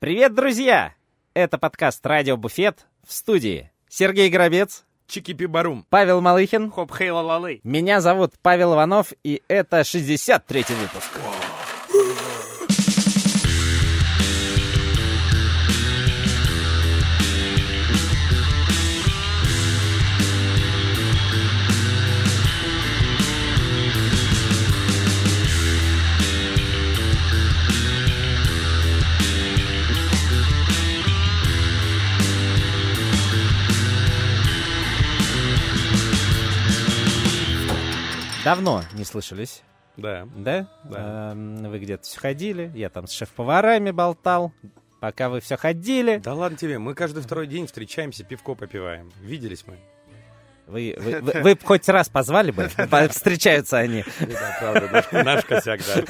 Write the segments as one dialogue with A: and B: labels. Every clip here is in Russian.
A: Привет, друзья! Это подкаст «Радио Буфет» в студии. Сергей Горобец,
B: Чики-пи-барум.
A: Павел Малыхин.
B: Хоп хейла лалы.
A: Меня зовут Павел Иванов, и это 63-й выпуск. Давно не слышались,
B: Да.
A: да?
B: Да.
A: Эм, Вы где-то все ходили, я там с шеф-поварами болтал, пока вы все ходили.
B: Да ладно тебе, мы каждый второй день встречаемся, пивко попиваем. Виделись мы.
A: Вы, вы, вы- вы б хоть раз позвали бы, по- встречаются они.
B: Да, правда, наш, наш косяк, да.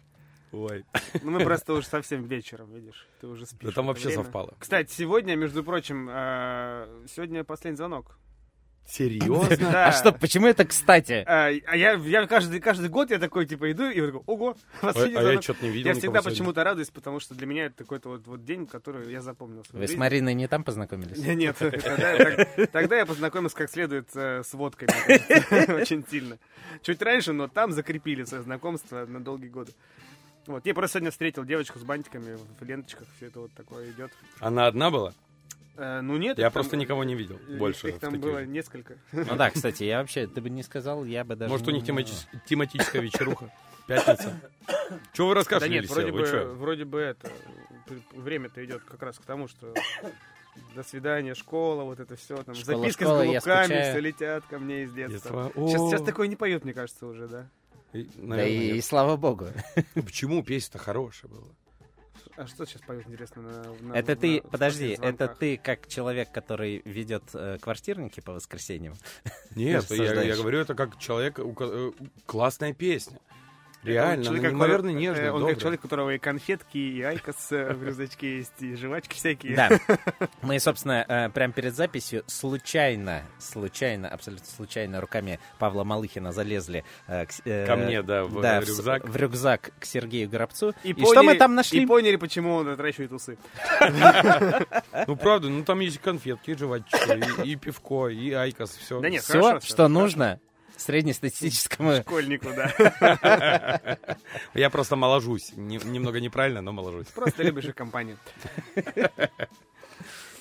B: Ой.
C: Ну, мы просто уже совсем вечером, видишь. Ты уже спишь.
B: Да там
C: в это
B: вообще
C: время.
B: совпало.
C: Кстати, сегодня, между прочим, э, сегодня последний звонок.
B: Серьезно?
C: Да.
A: А что, почему это кстати?
C: А а я, я каждый, каждый год я такой, типа, иду и говорю, ого,
B: А
C: последний
B: я
C: звонок.
B: что-то не видел.
C: Я,
B: никого
C: всегда
B: сегодня.
C: почему-то радуюсь, потому что для меня это какой-то вот, вот день, который я запомнил. в своей
A: Вы с
C: жизни.
A: Мариной не там познакомились?
C: Не, Нет, тогда, я- так- тогда я познакомился как следует э, с водкой. мне кажется. Очень сильно. Чуть раньше, но там закрепили свое знакомство на долгие годы. Вот, я просто сегодня встретил девочку с бантиками в ленточках, все это вот такое идет.
B: Она одна была?
C: Э, ну нет,
B: Я
C: их там-
B: просто никого не видел
C: их-
B: больше.
C: Их
B: в
C: там
B: таких
C: было
B: же.
C: несколько.
A: Ну да, кстати, я вообще, ты бы не сказал, я бы даже...
B: Может, у
A: не-
B: них тематич- тематическая вечеруха? Пятница. Чего вы
C: Да нет,
B: рассказывали?
C: вроде бы, вроде бы это. п- Время-то идет как раз к тому, что до свидания, школа, вот это все. Там,
A: Школа,
C: записки
A: школа, я
C: с голубками,
A: скучаю.
C: все летят ко мне из детства. Сейчас, сейчас такое не поют, мне кажется, уже, да?
A: Да и, и слава богу.
B: Почему песня-то хорошая была?
C: А что сейчас поют, интересно? на- на-
A: Это
C: на-
A: ты,
C: в
A: подожди,
C: последних
A: это
C: звонках?
A: ты как человек, который ведет э, квартирники по воскресеньям?
B: Нет,
A: Ты
B: я, я
A: рассуждаешь.
B: говорю, это как человек, у ко- э, классная песня.
C: Это
B: Реально, ну,
C: он
A: ну,
C: человек,
B: она неимоверно
C: который-
B: нежная,
C: э, Он
B: добрая.
C: как человек, у которого и конфетки, и айкос э, в рюкзачке есть, и жвачки всякие.
A: Да. Мы, собственно, э, прямо перед записью случайно, случайно, абсолютно случайно руками Павла Малыхина залезли э, к с- э,
B: Ко мне, да, в
A: да,
B: э,
A: в с-
B: рюкзак.
A: в рюкзак к Сергею Горобцу. И,
C: поняли-
A: что мы там нашли?
C: И поняли, почему он отращивает усы.
B: Ну, правда, ну там есть и конфетки, и жвачки, и, и пивко, и айкос, все.
C: Да нет,
A: Все,
C: хорошо, всё,
A: что
C: хорошо.
A: нужно среднестатистическому...
C: Школьнику, да.
B: Я просто моложусь. Не- немного неправильно, но моложусь.
C: Просто любишь их компанию.
A: Э,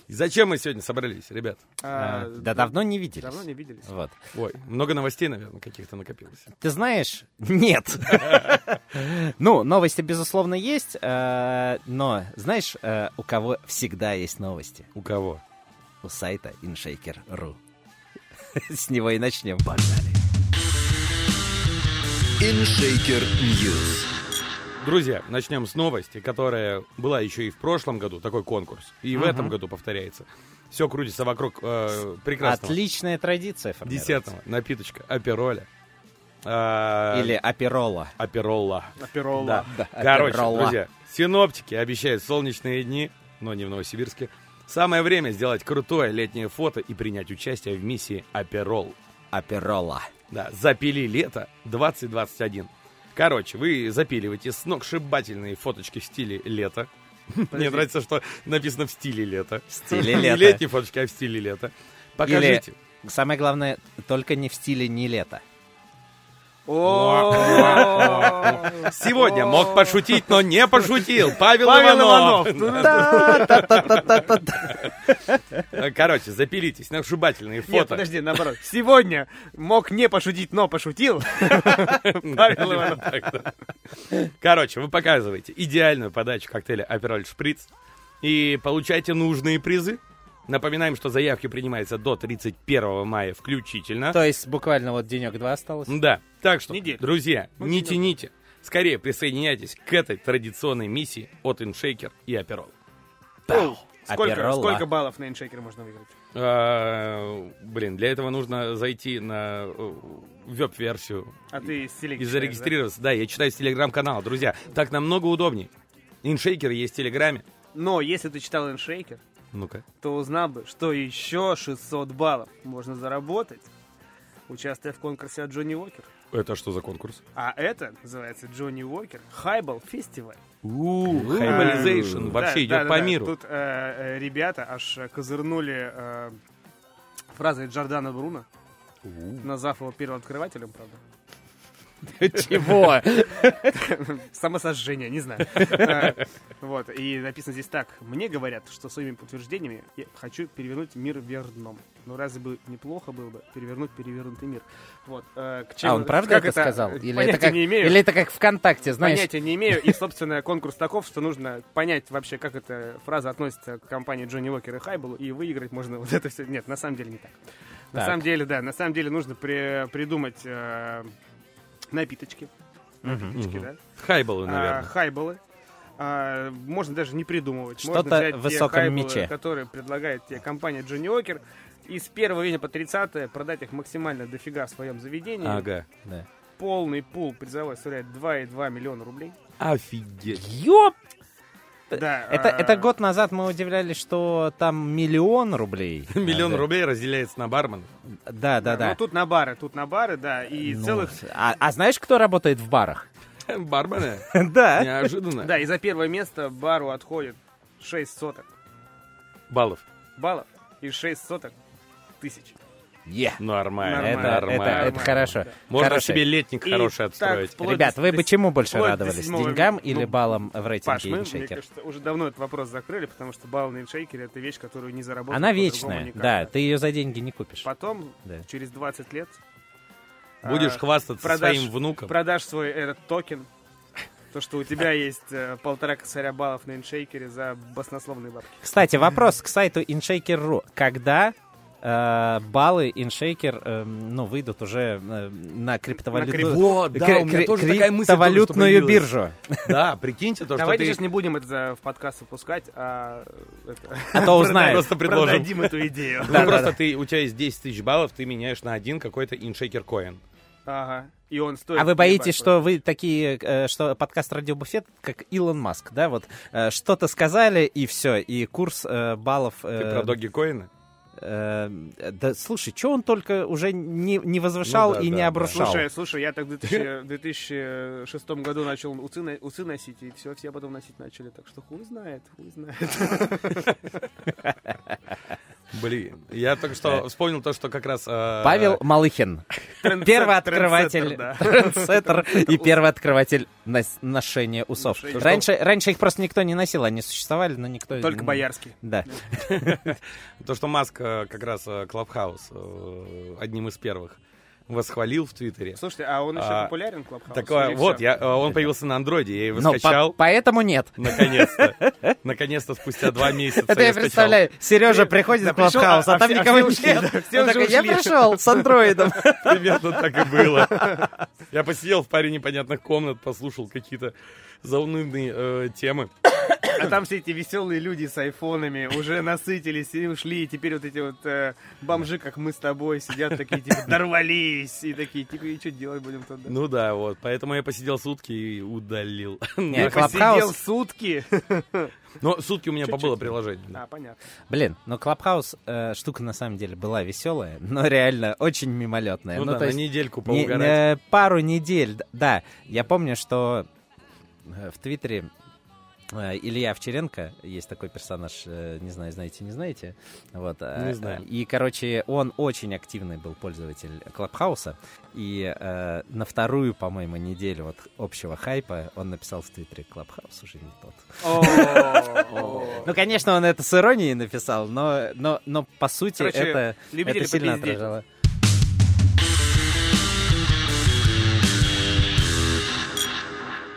B: И зачем мы сегодня собрались, ребят?
C: А,
A: э, Да давно не виделись.
C: Давно не виделись.
A: Вот.
B: Ой, много новостей, наверное, каких-то накопилось.
A: Ты знаешь? Нет. Ну, новости, безусловно, есть, э, но знаешь, э, у кого всегда есть новости?
B: У кого?
A: У сайта InShaker.ru. С него и начнем. Погнали.
D: InShaker News.
B: Друзья, начнем с новости, которая была еще и в прошлом году, такой конкурс. И в этом году повторяется. Все крутится вокруг э, прекрасного
A: Отличная традиция формируется.
B: десятого напиточка апероля.
C: Э,
B: А,
A: Или аперола.
B: Аперолла.
C: Аперола.
B: Да.
A: Да,
B: Короче,
A: аперола.
B: друзья, синоптики обещают солнечные дни, но не в Новосибирске. Самое время сделать крутое летнее фото и принять участие в миссии Аперол.
A: Аперола.
B: Да, запили лето 2021. Короче, вы запиливаете сногсшибательные фоточки в стиле лето. Мне нравится, что написано в стиле лето.
A: В стиле
B: Не
A: лета.
B: летние фоточки, а в стиле лето. Покажите.
A: Самое главное, только не в стиле не лето.
C: О-о-о.
B: Сегодня мог пошутить, но не пошутил. Павел,
C: Павел
B: Иванов.
C: Иванов. Ну,
B: Короче, запилитесь сногсшибательные фото.
C: Нет, подожди, наоборот. Сегодня мог не пошутить, но пошутил.
B: Павел Иванов. Короче, вы показываете идеальную подачу коктейля Апероль Шприц и получаете нужные призы. Напоминаем, что заявки принимаются до 31 мая
C: А?
B: включительно.
A: То есть буквально вот денек-два осталось.
C: Ну,
B: Да, так что,
C: Неделю.
B: друзья,
C: Ну,
B: не
C: денёк.
B: тяните. Скорее присоединяйтесь к этой традиционной миссии от Иншейкер и Аперол.
A: Пау.
C: Сколько,
A: Аперола.
C: сколько баллов на иншейкер можно выиграть?
B: А, Блин, для этого нужно зайти на э, веб-версию
C: А ты селик.
B: И зарегистрироваться. Да, я читаю с телеграм-канала. Друзья, так намного удобнее. Иншейкер есть в телеграме.
C: Но если ты читал иншейкер,
B: Ну-ка.
C: то узнал бы, что еще 600 баллов можно заработать, участвуя в конкурсе от Джонни Уокер.
B: Это что за конкурс?
C: А это называется Джонни Уокер Хайбал Фестиваль.
B: Хайбализейшн вообще
C: Да, да,
B: идет
C: да,
B: по
C: да.
B: миру.
C: Тут э, э, ребята аж козырнули э, фразой Джордана Бруно, назвав его первым открывателем, правда.
A: Чего?
C: Самосожжение, не знаю. Э, Вот, и написано здесь так. Мне говорят, что своими утверждениями я хочу перевернуть мир вверх дном. Ну разве бы неплохо было бы перевернуть перевернутый мир? Вот. э, к чему-
A: А он правда
C: как
A: это сказал? Или это
C: Понятия
A: как-
C: не имею.
A: Или это как ВКонтакте, знаешь?
C: Понятия не имею. И, собственно, конкурс таков, что нужно понять вообще, как эта фраза относится к компании Джонни Уокер и Хайбл, и выиграть можно вот это все. Нет, на самом деле не так. На
A: Так.
C: самом деле, да, на самом деле нужно при- придумать э, напиточки. Напиточки, да.
B: Хайбалы,
C: А,
B: наверное.
C: хайболы. А, можно даже не придумывать.
A: Что-то
C: Можно взять
A: в
C: те
A: высоком
C: хайболы,
A: мече.
C: которые предлагает тебе компания Джонни Уокер, и с 1 июня по 30 продать их максимально дофига в своем заведении.
A: А.
B: Ага.
A: Да.
C: Полный пул призовой составляет 2,2 миллиона рублей.
B: Офигеть.
A: Ёп!
C: Да,
A: Э, Это,
C: а,
A: это год назад мы удивлялись, что там миллион рублей.
B: Миллион
A: Да.
B: рублей разделяется на бармена.
A: Да, да, да.
C: Ну, тут на бары, тут на бары, да, и
A: Ну,
C: целых...
A: А, а знаешь, кто работает в барах?
B: Бармены?
A: Да.
B: Неожиданно.
C: Да, и за первое место бару отходит 6 соток
B: Баллов.
C: баллов и 6 соток тысяч.
A: Е.
B: Нормально.
A: Это,
C: Нормально.
A: это, это
B: Нормально.
A: хорошо.
B: Можно
A: Хорошо.
B: себе летник
C: И
B: хороший
C: так
B: отстроить.
C: вплоть
A: Ребят,
C: до-
A: вы бы
C: до-
A: чему больше
C: вплоть до
A: радовались?
C: седьмого-
A: Деньгам или
C: ну,
A: баллам в
C: Паш,
A: рейтинге
C: мы, мне
A: Иншейкер?
C: кажется, уже давно этот вопрос закрыли, потому что балл на иншейкере — это вещь, которую не заработать.
A: Она
C: по-другому
A: вечная,
C: никак.
A: да, ты ее за деньги не купишь.
C: Потом,
A: Да.
C: через 20 лет... а,
B: Будешь хвастаться
C: продаж-
B: своим внуком.
C: Продашь свой этот токен, то, что у тебя есть э, полтора косаря баллов на иншейкере за баснословные бабки.
A: Кстати, вопрос к сайту Inshaker.ru. Когда э, баллы Иншейкер ну, выйдут уже э, на
C: На
A: криптовалюту?
C: крипто.
B: Вот, да, у меня
A: кри-
B: тоже такая мысль только что
A: криптовалютную
B: появилась.
A: биржу.
B: Да, прикиньте то, что
C: Давайте
B: ты
C: сейчас не будем это за- в подкаст выпускать, а... это-
A: А то узнают.
B: просто предложим.
C: Продадим эту идею.
B: Ну, просто ты, у тебя есть 10 тысяч баллов, ты меняешь на один какой-то иншейкер коин.
C: Ага. И он стоит.
A: А вы боитесь,
C: ебать,
A: что вы такие, э, что подкаст Радио Буфет, как Илон Маск, да, вот э, что-то сказали и все, и курс э, баллов.
B: Ты
A: э,
B: про доги коина?
A: э, да, слушай, что он только уже не, не возвышал
B: Ну да,
A: и
B: да,
A: не
B: да.
A: обрушал.
C: Слушай, слушай, я так в 2000 в 2006 году начал усы, на- усы носить, и все, все потом носить начали. Так что хуй знает, хуй знает.
B: Блин, я только что вспомнил то, что как раз... э,
A: Павел Малыхин, первый открыватель,
C: трендсеттер,
A: трендсеттер и первый открыватель нос- ношения усов.
C: Ношения.
A: Раньше, раньше их просто никто не носил, они существовали, но никто...
C: Только боярский.
A: Да.
B: То, что Маск э, как раз э, Клабхаус э, одним из первых восхвалил в Твиттере.
C: Слушайте, а он еще
B: А,
C: популярен, Клабхаус?
B: Такое,
C: Или
B: вот,
C: всё?
B: я, э, он появился на андроиде, я его
A: Но по-
B: скачал.
A: поэтому нет.
B: Наконец-то. Наконец-то, спустя два месяца.
A: Это я
B: скачал.
A: представляю, Сережа приходит в
C: пришёл,
A: Клабхаус,
C: а-
A: а
C: а
A: там
C: все- а
A: никого
C: все ушли,
A: нет.
C: да, все
A: Он
C: уже
A: такой, Я
C: ушли».
A: пришел с андроидом.
B: Примерно так и было. Я посидел в паре непонятных комнат, послушал какие-то заунывные э, темы.
C: А там все эти веселые люди с айфонами уже насытились и ушли, и теперь вот эти вот э, бомжи, как мы с тобой, сидят такие, типа, дорвались, и такие, типа, и что делать будем тогда?
B: Ну да, вот. Поэтому я посидел сутки и удалил.
A: Не,
B: Нахуй.
A: Клабхаус-
C: Посидел сутки.
B: Но сутки у меня
C: Чуть-чуть.
B: побыло приложение. да.
C: А, понятно.
A: Блин, но Клабхаус э, штука на самом деле была веселая, но реально очень мимолетная.
B: Ну
A: Ну,
B: да,
A: то
B: на
A: есть
B: недельку
A: не-
B: поугарать.
A: э, пару недель, д- да. Я помню, что э, в Твиттере э, Илья Овчаренко, есть такой персонаж, э, не знаю, знаете, не знаете. Вот, э,
B: Не знаю.
A: э, И, короче, он очень активный был пользователь Клабхауса. И э, на вторую, по-моему, неделю вот общего хайпа он написал в Твиттере Клабхаус уже не тот.
C: О.
A: Ну, конечно, он это с иронией написал, но, но, но по сути
C: Короче,
A: это,
C: любители
A: это сильно
C: попиздеть.
A: отражало.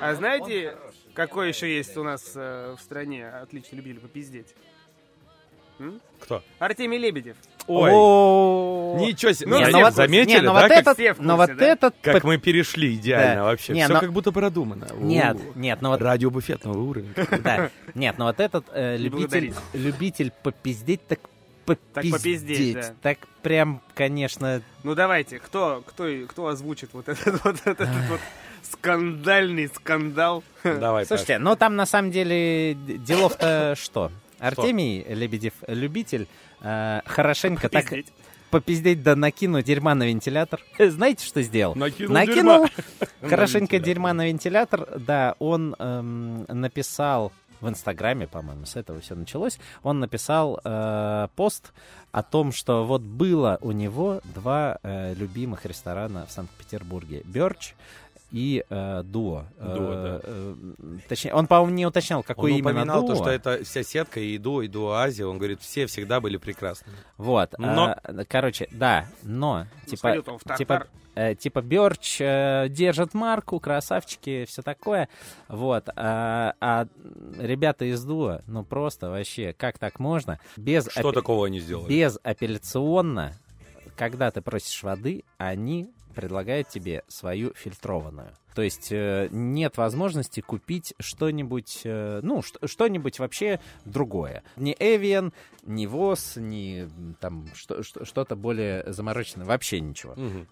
C: А знаете, какой еще есть у нас э, в стране отлично любили попиздеть?
B: Кто?
C: Артемий Лебедев.
B: Ой,
A: О-о-о.
B: ничего себе.
A: Не,
B: Заметили,
A: ну вот-
B: заметили,
A: не, ну
B: да,
A: вот
B: как,
A: этот,
C: все в
A: но
C: курсе,
A: вот
C: да?
A: этот...
B: как
A: по-
B: мы перешли идеально
A: Да.
B: вообще.
A: Не,
B: Все
A: но-
B: как будто продумано.
A: Нет,
B: У.
A: нет, ну вот,
B: Радио буфет, новый уровень.
A: да, нет, ну вот этот э, любитель,
C: благодарите.
A: любитель попиздеть, так попиздеть.
C: попиздеть, да.
A: Так прям, конечно,
C: Ну давайте, кто, кто, и- кто озвучит вот этот вот, этот вот скандальный скандал?
B: Давай, Паш.
A: Слушайте, ну там на самом деле д- делов-то что? Артемий Лебедев, любитель, э, хорошенько так,
C: Попиздеть.
A: попиздеть да накину дерьма на вентилятор. Знаете, что сделал?
B: Накинул
A: Накинул
B: дерьма.
A: хорошенько
B: Эм, На вентилятор.
A: дерьма на вентилятор. Да, он эм, написал в Инстаграме, по-моему, с этого все началось. Он написал э, пост о том, что вот было у него два э, любимых ресторана в Санкт-Петербурге. Берч и э, Дуо.
B: Дуо,
A: Э,
B: да.
A: э, точнее, он, по-моему, не уточнял, какой
B: он
A: именно
B: упоминал
A: Дуо.
B: то, что это вся сетка и Дуо, и Дуо Азия. Он говорит, все всегда были прекрасны.
A: Вот.
B: Но-
A: а, короче, да, но типа,
C: сходил-то он в Тартар.
A: типа, э, типа Берч э, держит марку, красавчики, все такое. Вот. А, а ребята из Дуа, ну просто вообще, как так можно? Без
B: Что
A: апе-
B: такого они сделали?
A: Безапелляционно, когда ты просишь воды, они предлагают тебе свою фильтрованную. То есть э, нет возможности купить что-нибудь, э, ну, что- что-нибудь вообще другое. Не Эвиан, не ВОЗ, не м, там что- что- что-то более замороченное, вообще ничего.
B: Мгм.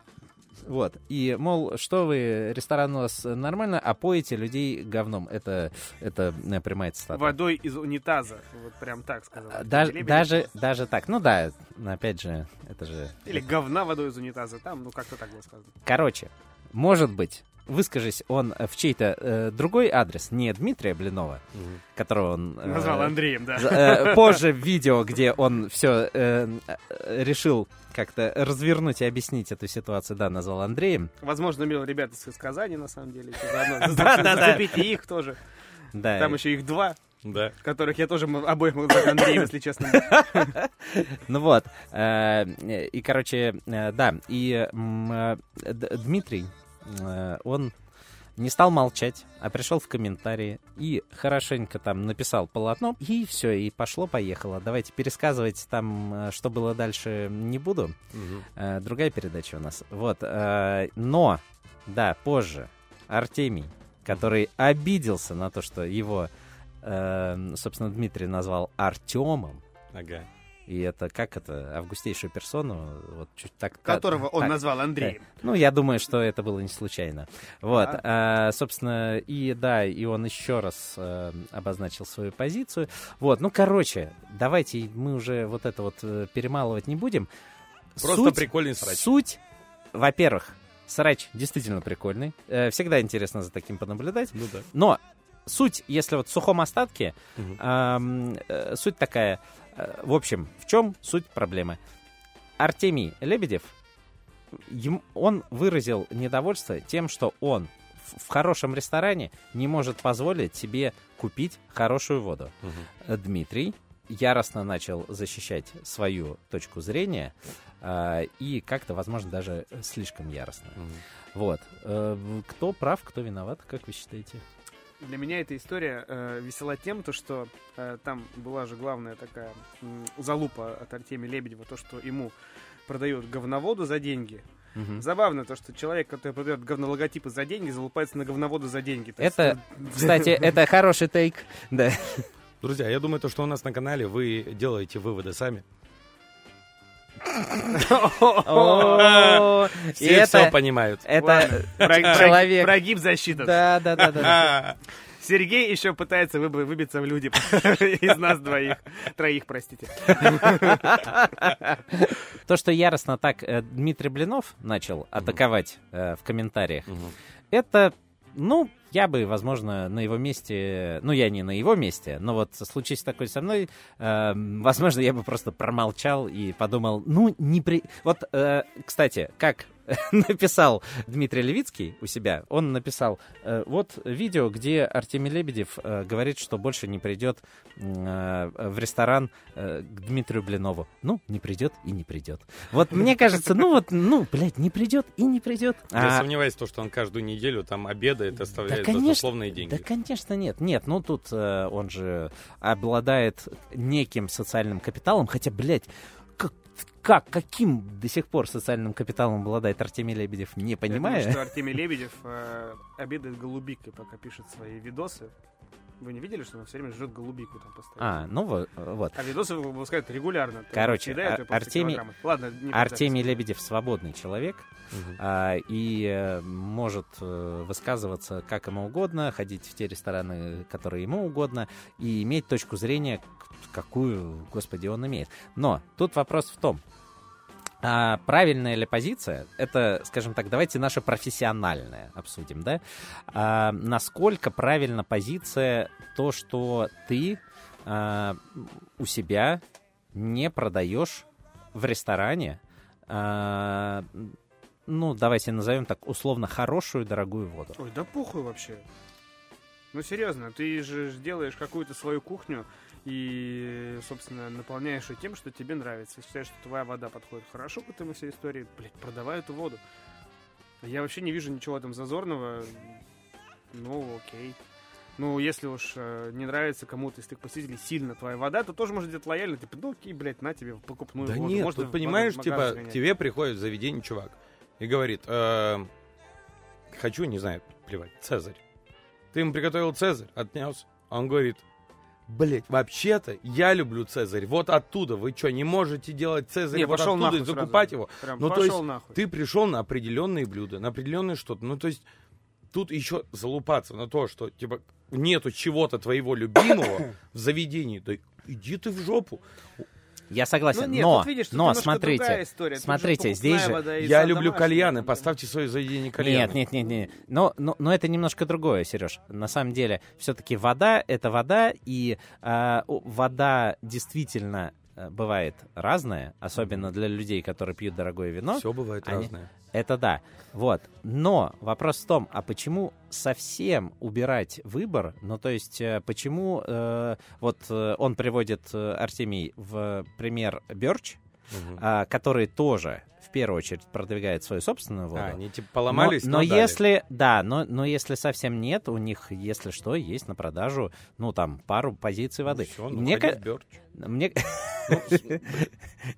A: Вот. И, мол, что вы, ресторан у вас нормально, а поете людей говном. Это, это э, прямая цитата.
C: Водой из унитаза. Вот прям так сказал.
A: Даже,
C: Или-
A: даже, даже так. Ну да, опять же, это же...
C: Или говна водой из унитаза. Там, ну, как-то так было сказано.
A: Короче, может быть, выскажись он в чей-то э, другой адрес, не Дмитрия Блинова,
B: Мгм.
A: которого он... э,
C: Назвал Андреем, да.
A: за- э, позже в видео, где он все решил как-то развернуть и объяснить эту ситуацию, да, назвал Андреем.
C: Возможно, имел ребят из Казани, на самом деле. еще заодно.
A: Да-да-да.
C: Зацепите их тоже.
A: Да,
C: Там еще их два,
B: Да.
C: которых я тоже м- обоих могу назвать Андреем, если честно.
A: Ну вот. э, И, короче, э, да, и м, э, Д- Дмитрий, э, он не стал молчать, а пришел в комментарии и хорошенько там написал полотно, и все, и пошло-поехало. Давайте пересказывать там, э, что было дальше, не буду.
B: Мгм.
A: Э, Другая передача у нас. Вот. э, Но, да, позже Артемий, который обиделся на то, что его, э, собственно, Дмитрий назвал Артемом,
B: Ага.
A: и это как это августейшую персону вот чуть так
C: Которого он
A: так.
C: назвал Андреем.
A: Ну, я думаю, что это было не случайно. Вот, а, собственно, и да, и он еще раз э, обозначил свою позицию. Вот, ну, короче, давайте мы уже вот это вот э, перемалывать не будем.
B: Просто
A: Суть-
B: прикольный срач.
A: Суть, во-первых, срач действительно прикольный. Э, Всегда интересно за таким понаблюдать.
B: Ну да.
A: Но суть, если вот в сухом остатке,
B: Мгм.
A: ам, э, суть такая. Э, В общем, в чем суть проблемы? Артемий Лебедев, ем- он выразил недовольство тем, что он в- в хорошем ресторане не может позволить себе купить хорошую воду.
B: Мгм.
A: Дмитрий яростно начал защищать свою точку зрения а, и как-то, возможно, даже слишком яростно.
B: Мгм.
A: Вот. Э, в- Кто прав, кто виноват, как вы считаете?
C: Для меня эта история э, весела тем, то, что э, там была же главная такая м, залупа от Артемия Лебедева, то, что ему продают говноводу за деньги. Забавно то, что человек, который продает говнологотипы за деньги, залупается на говноводу за деньги. То есть, э,
A: Это, кстати, это хороший тейк. Да.
B: Друзья, я думаю, то, что у нас на канале, вы делаете выводы сами.
A: О, и
B: Все все
A: Это,
B: понимают.
A: это,
C: Ладно. Про- про-
A: человек.
C: Прогиб защита.
A: да, да, да, да.
B: А,
C: Сергей еще пытается выб- выбиться в люди из нас двоих. Троих, простите.
A: То, что яростно так э, Дмитрий Блинов начал атаковать э, в комментариях,
B: Мгм.
A: это, ну, я бы, возможно, на его месте, ну, я не на его месте, но вот случись такой со мной, э, возможно, я бы просто промолчал и подумал, ну, не при... Вот, э, кстати, как написал Дмитрий Левицкий у себя, он написал, э, вот видео, где Артемий Лебедев э, говорит, что больше не придет м, э, в ресторан э, к Дмитрию Блинову. Ну, не придет и не придет. Вот мне кажется, ну вот, ну, блядь, не придет и не придет.
B: Я
A: А-
B: сомневаюсь, то, что он каждую неделю там обедает,
A: Да,
B: оставляет
A: конечно.
B: баснословные деньги.
A: Да, конечно, нет. Нет, ну тут э, он же обладает неким социальным капиталом, хотя, блядь, как, как, каким до сих пор социальным капиталом обладает Артемий Лебедев, не
C: Я
A: понимаю.
C: думаю, что Артемий Лебедев э, обедает голубикой, пока пишет свои видосы. Вы не видели, что он все время жрет голубику там
A: А,
C: постоянно?
A: ну во- вот.
C: А видосы выпускают регулярно. То есть
A: Короче,
C: съедает
A: а-
C: ее просто
A: Артемий-
C: килограммы. Ладно, не про
A: Артемий
C: запись.
A: Лебедев свободный человек
B: Мгм.
A: а, и э, может э, высказываться как ему угодно, ходить в те рестораны, которые ему угодно, и иметь точку зрения, к- какую, господи, он имеет. Но тут вопрос в том, А правильная ли позиция? Это, скажем так, давайте наше профессиональное обсудим, да? А, насколько правильна позиция то, что ты а, у себя не продаешь в ресторане, а, ну, давайте назовем так, условно хорошую дорогую воду.
C: Ой, да похуй вообще. Ну серьезно, ты же ж делаешь какую-то свою кухню и, собственно, наполняешь ее тем, что тебе нравится. Если считаешь, что твоя вода подходит хорошо к этому всей истории, блядь, продавай эту воду. Я вообще не вижу ничего там зазорного. Ну, окей. Ну, если уж э, не нравится кому-то из твоих посетителей сильно твоя вода, то тоже можно делать лояльно. Типа, ну окей, блядь, на тебе в покупную
B: да
C: воду.
B: нет,
C: Можно
B: тут
C: в
B: понимаешь,
C: магазин
B: типа, к
C: сгонять.
B: тебе приходит в заведение чувак и говорит, «Эм, хочу, не знаю, плевать, Цезарь. Ты ему приготовил Цезарь, отнес. А Он говорит, блять, вообще-то я люблю Цезарь. Вот оттуда вы что, не можете делать Цезарь
C: Не,
B: вот
C: пошел
B: оттуда
C: нахуй
B: и
C: сразу.
B: закупать его?
C: Прям,
B: Ну, то
C: пошел
B: есть
C: нахуй.
B: Ты пришел на определенные блюда, на определенное что-то. Ну, то есть тут еще залупаться на то, что типа нету чего-то твоего любимого в заведении. Да иди ты в жопу.
A: Я
C: Ну,
A: согласен,
C: нет,
A: но,
C: тут видишь, тут
A: но
C: немножко другая
A: смотрите,
C: история. Тут же
A: смотрите, здесь
C: покупная
A: же
C: вода и
B: Я
C: вся
B: люблю
C: домашняя,
B: кальяны.
C: поэтому-
B: Поставьте в свое заведение кальяны.
A: Нет, нет, нет, нет. Но, но, но это немножко другое, Сереж. На самом деле, все-таки вода это вода, и э, о- вода действительно э, бывает разная, особенно для людей, которые пьют дорогое вино.
B: Все бывает
A: они-
B: разное.
A: Это да. Вот. Но вопрос в том, а почему совсем убирать выбор? Ну, то есть, э, почему э, вот э, он приводит э, Артемий в пример Берч,
B: Мгм.
A: а, который тоже в первую очередь продвигает свою собственную воду.
B: А, они типа поломались,
A: но,
B: но,
A: но
B: дали.
A: если, да, но, но если совсем нет, у них, если что, есть на продажу, ну, там, пару позиций воды.
B: Ну, всё, ну,
A: мне,
B: ходить
A: ка-
B: в Бёрдж.
A: мне... Ну,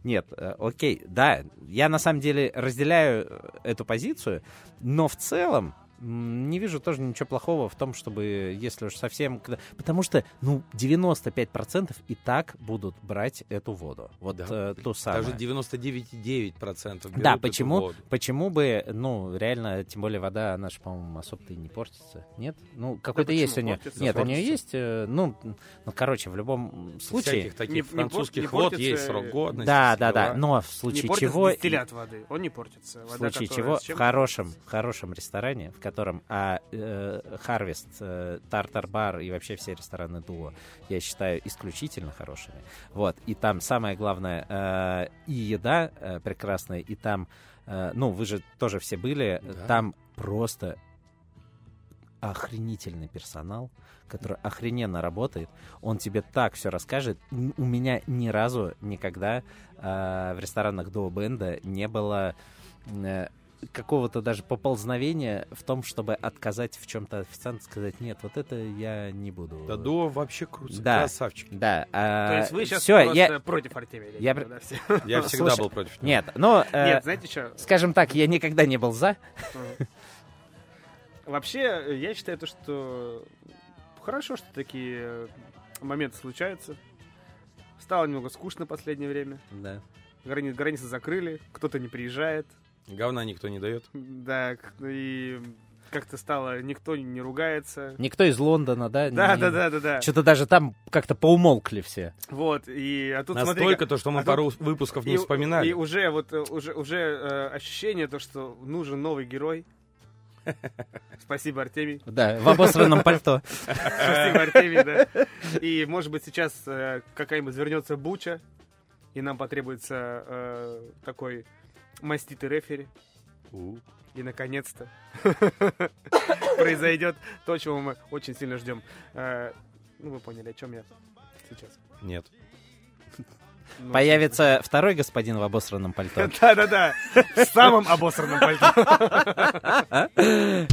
A: Нет, э, окей, да, я на самом деле разделяю э, эту позицию, но в целом м, не вижу тоже ничего плохого в том, чтобы, если уж совсем... когда- Потому что, ну, 95% и так будут брать эту воду. Вот
B: Да,
A: э, ту самую.
B: Даже 99,9% берут
A: Да,
B: эту
A: почему,
B: воду.
A: почему бы, ну, реально, тем более вода, она же, по-моему, особо-то и не портится, нет? Ну, какой-то
C: почему?
A: есть у нее.
C: Портится,
A: Нет, у нее
C: портится.
A: есть, э, ну, ну, короче, в любом случае.
B: Всяких таких
C: Не- не пор-
B: французских
C: не
B: вод
C: портится,
B: есть
C: э,
B: срок годности.
A: Да,
B: а? все
A: да, да, Ну,
B: дела.
A: но в
C: Не
A: случае
C: портится
A: чего...
C: дистиллят воды, он не портится.
A: В
C: Э, Вода,
A: случае
C: которая
A: чего
C: с чем-то
A: в хорошем, в хорошем ресторане, в котором а Харвест, Тартар Бар и вообще все рестораны Дуо, я считаю исключительно хорошими. Вот и там самое главное э, и еда э, прекрасная, и там, э, ну вы же тоже все были, э,
B: Да.
A: там просто охренительный персонал, который охрененно работает, он тебе так все расскажет. Н- У меня ни разу никогда а, в ресторанах Дуо Бенда не было э, какого-то даже поползновения в том, чтобы отказать в чем-то официант, сказать, нет, вот это я не буду.
B: Да Дуа вообще крутые
A: Да.
B: красавчики.
A: Да.
C: То есть вы сейчас
A: все,
C: просто
A: я...
C: против Артемия
A: я
C: Лебедева,
A: пр-
C: да, все?
B: Я всегда
A: Слушай,
B: был против него.
A: Нет, ну, э,
C: Нет, знаете что?
A: скажем так, я никогда не был за.
C: Вообще, я считаю то, что хорошо, что такие моменты случаются. Стало немного скучно в последнее время.
A: Да.
C: Грани- Границы закрыли, кто-то не приезжает.
B: Говна никто не дает.
C: Да, к- и как-то стало, никто не ругается.
A: Никто из Лондона, да?
C: Да, да, да, да, да.
A: Что-то даже там как-то поумолкли все.
C: Вот, и а тут смотри,
B: Настолько то, что мы
C: а тут-
B: пару выпусков не
C: И-
B: вспоминали.
C: И уже вот э, уже уже э, ощущение то, что нужен новый герой. Спасибо, Артемий.
A: Да, в обосранном пальто.
C: Спасибо, Артемий, да. И, может быть, сейчас э, какая-нибудь вернется Буча, и нам потребуется э, такой маститый рефери.
B: У.
C: И, наконец-то, произойдет то, чего мы очень сильно ждем. Э, Ну, вы поняли, о чем я сейчас.
B: Нет.
C: Ну,
A: Появится второй господин в обосранном пальто.
C: Да-да-да, в самом обосранном пальто.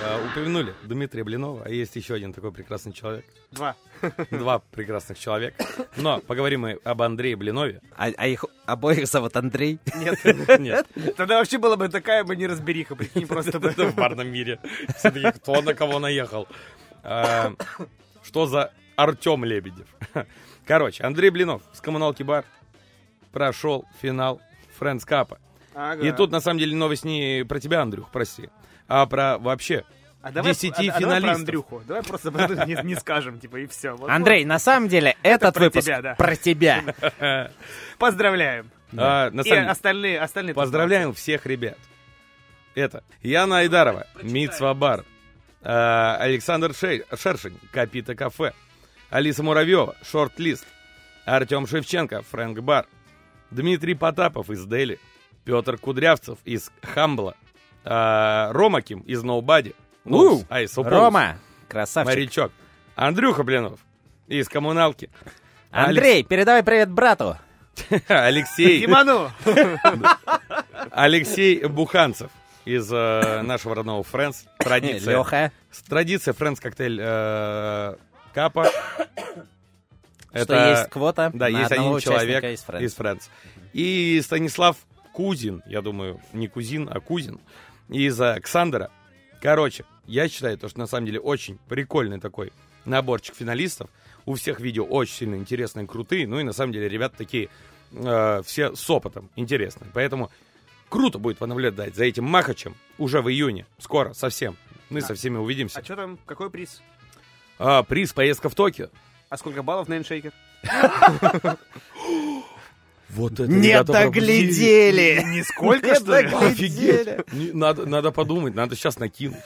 B: А, упомянули Дмитрия Блинова, а есть еще один такой прекрасный человек.
C: Два.
B: Два прекрасных человека. Но поговорим мы об Андрее Блинове.
A: А, а их обоих зовут Андрей.
C: Нет.
B: Нет,
C: Тогда вообще была бы такая бы неразбериха, прикинь, просто бы.
B: это в барном мире. Все-таки кто на кого наехал. А, Что за Артем Лебедев? Короче, Андрей Блинов с коммуналки бар прошел финал Френдс Капа.
C: Ага.
B: И тут, на самом деле, новость не про тебя, Андрюх, прости, а про вообще
C: А А давай,
B: 10
C: а- а давай про
B: финалистов.
C: Андрюху. Давай просто про Андрюху не, не скажем, типа, и все.
A: Андрей, на самом деле, этот
C: про
A: выпуск
C: тебя, да.
A: про тебя.
C: поздравляем.
B: А, на
C: И
B: самом деле,
C: остальные, остальные... тоже
B: поздравляем всех ребят. Это Яна Айдарова, Митсва Бар, а, Александр Шей- Шершень, Капита Кафе, Алиса Муравьева, Шорт Лист, Артем Шевченко, Фрэнк Бар, Дмитрий Потапов из Дели, Петр Кудрявцев из Хамбла, а, Рома Ким из Ноубади,
A: Уу,
B: а из Сополус,
A: Рома, красавчик.
B: морячок, Андрюха Блинов из Коммуналки,
A: Андрей, передавай привет брату.
C: классно.
B: Алексей
C: Диману!
B: Алексей Буханцев из э, нашего родного Фрэнс. Традиция.
A: Леха.
B: С- Традиция Фрэнс коктейль э, Капа.
A: Что есть квота
B: Да,
A: на
B: есть
A: одного
B: один человек
A: участника из Friends.
B: из Фрэнс. И Станислав Кузин, я думаю, не Кузин, а Кузин, из э, Ксандера. Короче, я считаю, то, что на самом деле очень прикольный такой наборчик финалистов. У всех видео очень сильно интересные, крутые. Ну и на самом деле ребята такие э, все с опытом интересные. Поэтому круто будет понаблюдать за этим Махачем уже в июне. Скоро, совсем. Мы со всеми увидимся.
C: А что там, какой приз?
B: А, приз поездка в Токио.
C: А сколько баллов на Шейкер?
B: Вот это
A: Не доглядели.
C: Нисколько,
A: Не
C: что ли?
A: доглядели.
B: Не, Надо, надо подумать, надо сейчас накинуть.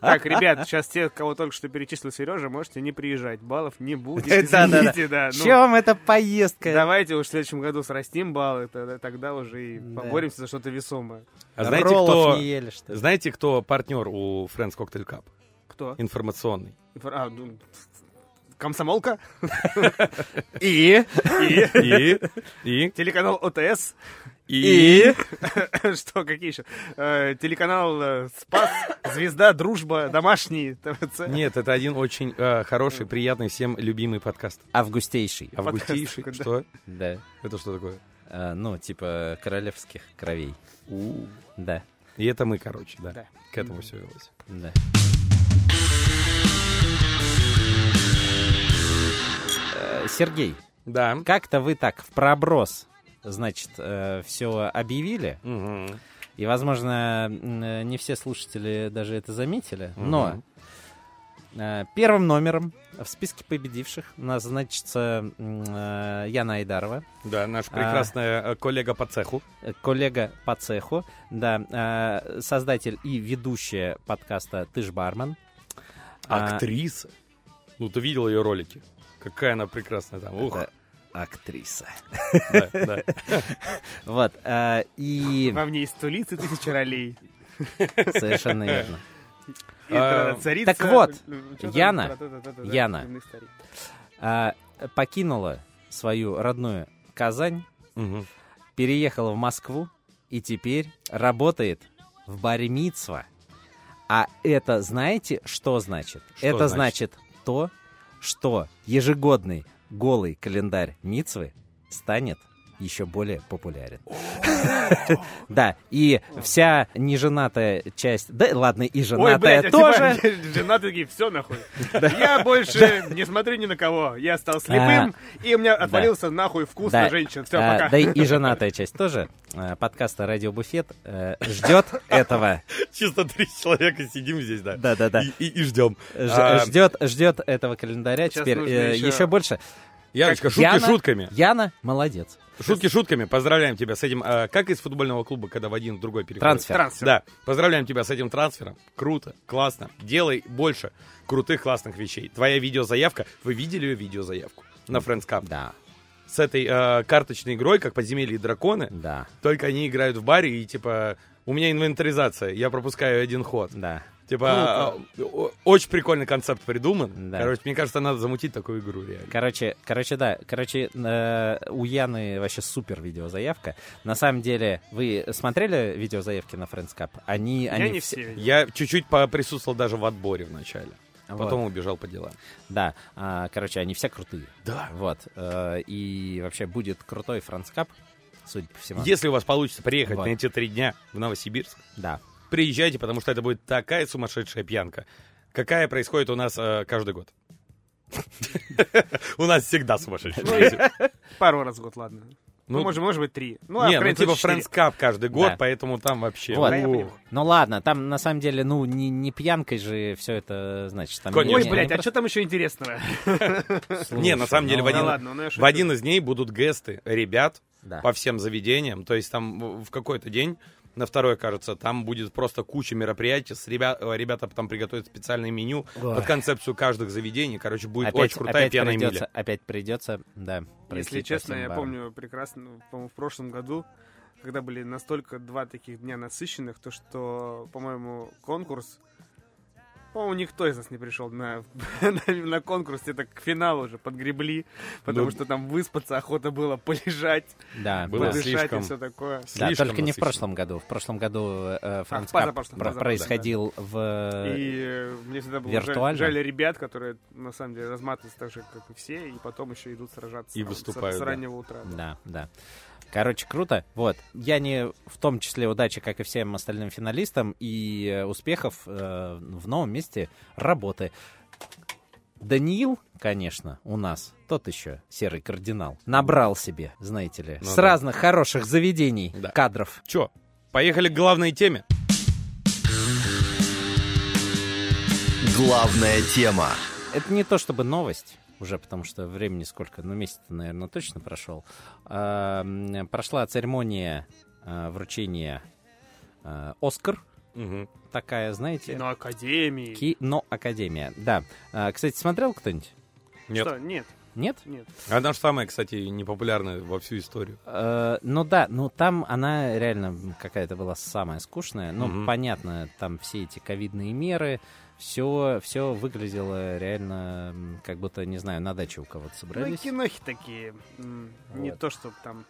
C: Так, ребят, сейчас те, кого только что перечислил Сережа, можете не приезжать. Баллов не будет.
A: Да-да-да.
C: Извините, да.
A: В
C: ну,
A: чем эта поездка?
C: Давайте уж в следующем году срастим баллы, тогда, тогда уже и
A: Да.
C: поборемся за что-то весомое.
B: А знаете,
A: Роллов
B: кто,
A: не ели, что ли?
B: знаете, кто партнер у Friends Cocktail Cup?
C: Кто?
B: Информационный.
C: Инфор- а, ну, комсомолка?
A: И?
B: И, и,
C: Телеканал ОТС?
A: И?
C: Что, какие еще? Э, Телеканал э, Спас, Звезда, Дружба, Домашний, ТВЦ.
B: Нет, это один очень э, хороший, приятный, всем любимый подкаст.
A: Августейший.
B: Августейший.
C: Подкаст
B: Что?
A: Да.
B: Это что такое?
A: А, Ну, типа королевских кровей. Да,
B: И это мы, короче, да.
C: Да.
B: К этому все велось.
A: да. Э, Сергей,
B: Да.
A: как-то вы так в проброс, значит, все объявили,
B: Мгм.
A: и, возможно, м, э, не все слушатели даже это заметили, но э, первым номером в списке победивших у нас значится м, э, Яна Айдарова,
B: Да, наша прекрасная э, коллега по цеху.
A: э, коллега по цеху, да, э, создатель и ведущая подкаста «Ты ж бармен». А,
B: Актриса. Ну, ты видел ее ролики. Какая она прекрасная там. Ух.
A: это актриса.
B: Да, да.
A: Вот, э, и
C: Во мне есть сто лиц и тысяча ролей.
A: совершенно верно.
C: И
B: А,
C: царица- Э, ну,
A: так вот,
C: Чё там?
A: Яна,
C: Та-та-та-та-та.
A: Яна.
C: Темный старик.
A: А, покинула свою родную Казань,
B: Мгм.
A: переехала в Москву и теперь работает в баре Мицва. А это знаете, что значит?
B: Что
A: это
B: значит?
A: значит? то, что ежегодный голый календарь Мицвы станет еще более популярен. Да, и вся неженатая часть, да ладно, и
C: Ой, блядь,
A: женатая
C: а
A: тоже.
C: типа, женатые такие, все нахуй. Я больше не смотрю ни на кого. Я стал слепым, и у меня отвалился нахуй вкус на
A: А. Да.
C: женщин. Все,
A: А,
C: пока.
A: Да и женатая часть тоже. А, Подкаста «Радио Буфет» э, ждет этого.
B: Чисто три человека сидим здесь, да.
A: Да-да-да.
B: И- И ждем. А,
A: Ж- Ждет, ждет этого календаря
C: Сейчас
A: теперь
C: нужно
A: э,
C: еще-
A: еще больше.
B: Яночка, шутки
A: Яна-
B: шутками.
A: Яна молодец.
B: Шутки шутками. Поздравляем тебя с этим. э, как из футбольного клуба, когда в один в другой переходит?
A: Трансфер.
C: Трансфер.
B: Да. Поздравляем тебя с этим трансфером. Круто, классно. Делай больше крутых, классных вещей. Твоя видеозаявка. Вы видели ее видеозаявку на Friends Cup?
A: Да,
B: С этой э, карточной игрой, как подземелье и драконы,
A: да,
B: только они играют в баре и типа... У меня инвентаризация, я пропускаю один ход.
A: да.
B: Типа, э, о- очень прикольный концепт придуман.
A: Да.
B: Короче, мне кажется, надо замутить такую игру реально.
A: Короче, короче, да, короче, э, у Яны вообще супер видеозаявка. На самом деле, вы смотрели видеозаявки на Friends Cup? Они,
C: Я
A: они
C: не
A: все-
C: все. видел.
B: Я чуть-чуть поприсутствовал даже в отборе вначале.
A: Вот.
B: Потом убежал по делам.
A: Да, а, короче, они все крутые.
B: Да.
A: Вот. э, и вообще будет крутой Friends Cup, судя по всему.
B: Если у вас получится приехать
A: Вот.
B: на эти три дня в Новосибирск,
A: Да.
B: приезжайте, потому что это будет такая сумасшедшая пьянка, какая происходит у нас э, каждый год. У нас всегда сумасшедшая.
A: Ну,
C: Пару раз в год, ладно. Ну,
B: Ну,
C: может, может быть, три. Ну, а
B: не,
C: в
B: ну
C: крайнем
B: типа
C: случае,
B: Friends Cup каждый год,
A: Да.
B: поэтому там вообще...
A: Вот.
B: у.
C: Да, я понимаю.
A: Ну ладно, там на самом деле, ну, не, не пьянкой же все это, значит, там...
B: Конечно.
C: Ой,
A: не- не-
C: блядь,
A: не
C: а что там еще интересного?
A: просто- Слушай,
B: Не, на самом деле,
A: ну
B: в один,
C: Да ладно, ну я
B: в
C: шучу.
B: один из дней будут гесты ребят
A: да.
B: по всем заведениям. То есть там в- в какой-то день, на второй, кажется, там будет просто куча мероприятий. С ребя- э, Ребята там приготовят специальное меню
A: Ой.
B: под концепцию каждых заведений. Короче, будет
A: Опять-
B: очень крутая
A: опять
B: пьяная
A: придется,
B: миля.
A: Опять придется, да. пройти
C: Если
A: по
C: честно,
A: всем
C: я
A: барам.
C: помню прекрасно, ну, по-моему, в прошлом году, когда были настолько два таких дня насыщенных, то что, по-моему, конкурс, по-моему, никто из нас не пришел на, на, на конкурс, это к финалу уже подгребли, потому
B: Ну.
C: что там выспаться охота было, полежать,
A: Да,
B: Было
A: да.
C: подышать
B: слишком.
C: и все такое.
A: Да,
B: Слишком
A: только не в
B: насыщенно. А,
A: прошлом году. В прошлом году э, Friends
C: в позапрошлом,
A: Cup
C: позапрошлом,
A: про-
C: да.
A: происходил в...
C: И э, мне всегда было жаль,
A: виртуально?
C: жаль ребят, которые на самом деле разматываются так же, как и все, и потом еще идут сражаться
B: И
C: там с-
B: выступают,
C: с,
B: да.
C: раннего утра. да.
A: Да, да. Короче, круто. Вот. Я не в том числе удачи, как и всем остальным финалистам, и э, успехов э, в новом месте работы. Даниил, конечно, у нас тот еще серый кардинал. Набрал себе, знаете ли,
B: Ну
A: с
B: да.
A: разных хороших заведений
B: Да.
A: кадров.
B: Че, поехали к главной теме.
D: Главная тема.
A: Это не то чтобы новость уже, потому что времени сколько, ну месяц, наверное, точно прошел. А, м, Прошла церемония а, вручения а, Оскар,
B: Мгм.
A: такая, знаете,
C: Кино ну, Академии.
A: Киноакадемия, да. А, Кстати, смотрел кто-нибудь?
B: Нет.
C: Что? Нет,
A: Нет?
C: нет.
B: Она же самая, кстати, непопулярная во всю историю.
A: Э, ну да, ну там она реально какая-то была самая скучная. Ну,
B: Мгм.
A: понятно, там все эти ковидные меры, все, все выглядело реально, м, как будто, не знаю, на даче у кого-то
C: Ну, и
A: собрались.
C: кинохи такие. м, Не
A: Вот.
C: то, что там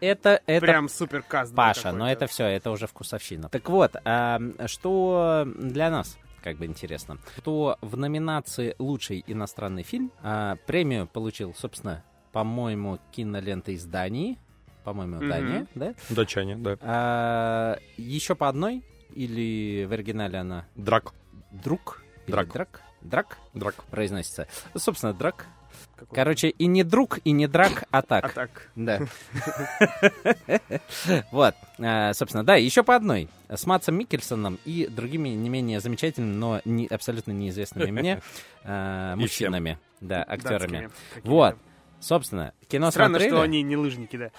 A: Это, это
C: прям супер каст.
A: Паша, но это все, это уже вкусовщина. Ну, Так вот, а, что для нас как бы интересно, то в номинации «Лучший иностранный фильм» а, премию получил, собственно, по-моему, кинолента из Дании, по-моему,
C: Мгм.
A: Дания, да?
B: Дачане, да.
A: еще по одной, или в оригинале она
B: Драк.
A: «Друг», или
B: Драк.
A: «Драк», «Драк»
B: Драк.
A: произносится. Собственно, «Драк». Короче, и не друг, и не драк, а так.
C: А так.
A: Да. Вот, а, собственно, да, еще по одной. С Матсом Микельсоном и другими не менее замечательными, но не- абсолютно неизвестными мне а,
B: И всем.
A: мужчинами, да, актерами.
C: датскими какими-то.
A: Вот. Собственно, кино
C: Странно, что
A: смотрели?
C: они не лыжники, да,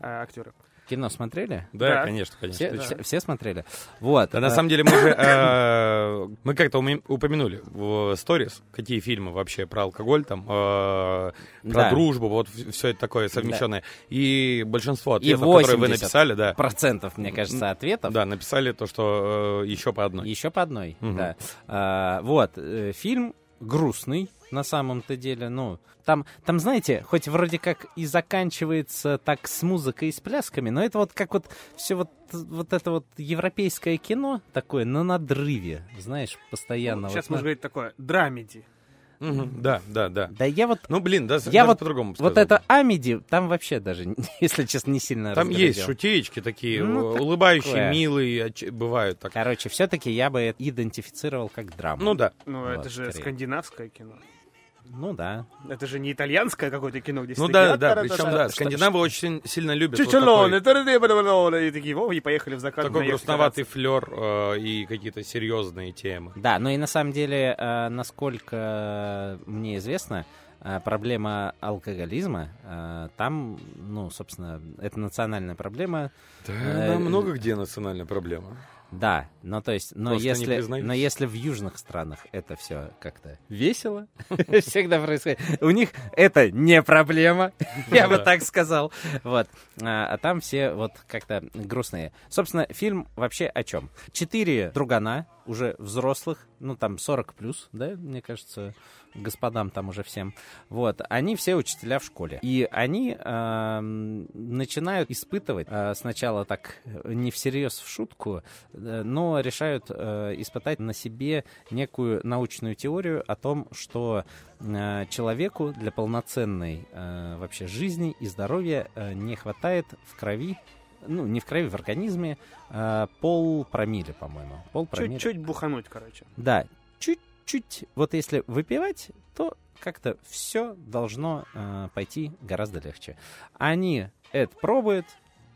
C: а, актеры.
A: Кино смотрели?
B: Да,
C: Да.
B: конечно, конечно.
A: Все,
B: Ты чё?
A: все- все смотрели? Вот.
B: Да, на
A: а,
B: самом деле мы же э, мы как-то уме- упомянули в сторис, какие фильмы вообще про алкоголь, там, э, про
A: да,
B: дружбу, вот все это такое совмещенное. И большинство
A: И
B: ответов, которые вы
A: 80.
B: написали, да,
A: Процентов, мне кажется, ответов.
B: да, написали то, что еще по одной.
A: Еще по одной,
B: Мгм.
A: да. А, вот, э, фильм грустный на самом-то деле, ну, там, там, знаете, хоть вроде как и заканчивается так с музыкой и с плясками, но это вот как вот все вот, вот это вот европейское кино такое на надрыве, знаешь, постоянно. ну,
B: Ну,
A: вот
C: Сейчас
A: на-
C: можно говорить такое. Драмеди.
B: Мгм, Да, да, да.
A: Да я вот,
B: Ну, блин, да, с-
A: Я
B: даже
A: вот-
B: по-другому
A: вот
B: сказал.
A: это Амиди, там вообще даже, если честно, не сильно
B: Там есть
A: разглядел.
B: шутеечки такие,
A: Ну,
B: э, улыбающие,
A: такое.
B: милые, оч- бывают так.
A: Короче, все-таки я бы это идентифицировал как драму.
B: Ну да.
C: Ну,
A: Вот,
C: это же
A: скорее.
C: скандинавское кино.
A: Ну да.
C: Это же не итальянское какое-то кино, где а
B: Ну
C: все
B: да,
C: такие,
B: да,
C: «А-та-ра-та-та».
B: причем да, скандинавы очень сильно любят. вот такой-
C: Чичелоны, тары-ты-ба-да-ба-да-ба-да. и такие, во, и поехали в закат.
B: Такой
C: наехать
B: грустноватый флер э, и какие-то серьезные темы.
A: Да, ну и на самом деле, э, насколько мне известно, э, проблема алкоголизма, э, там, ну, собственно, это национальная проблема,
B: Да,
A: Э,
B: нам много где национальная проблема.
A: да, но то есть, но
B: Просто не
A: если,
B: признаюсь.
A: но если в южных странах это все как-то весело, всегда происходит, у них это не проблема, я бы
B: Да.
A: так сказал, вот, а а там все вот как-то грустные. Собственно, фильм вообще о чем? Четыре другана, уже взрослых, ну там 40 плюс, да, мне кажется, господам там уже всем, вот, они все учителя в школе. И они эм, начинают испытывать э, сначала так э, не всерьез в шутку, э, но решают э, испытать на себе некую научную теорию о том, что э, человеку для полноценной э, вообще жизни и здоровья э, не хватает в крови, ну, не в крови, в организме, э, пол промилле, по-моему. Пол промилле.
C: Чуть-чуть бухануть, короче.
A: Да, чуть-чуть. Вот если выпивать, то как-то все должно э, пойти гораздо легче. Они Эд пробует,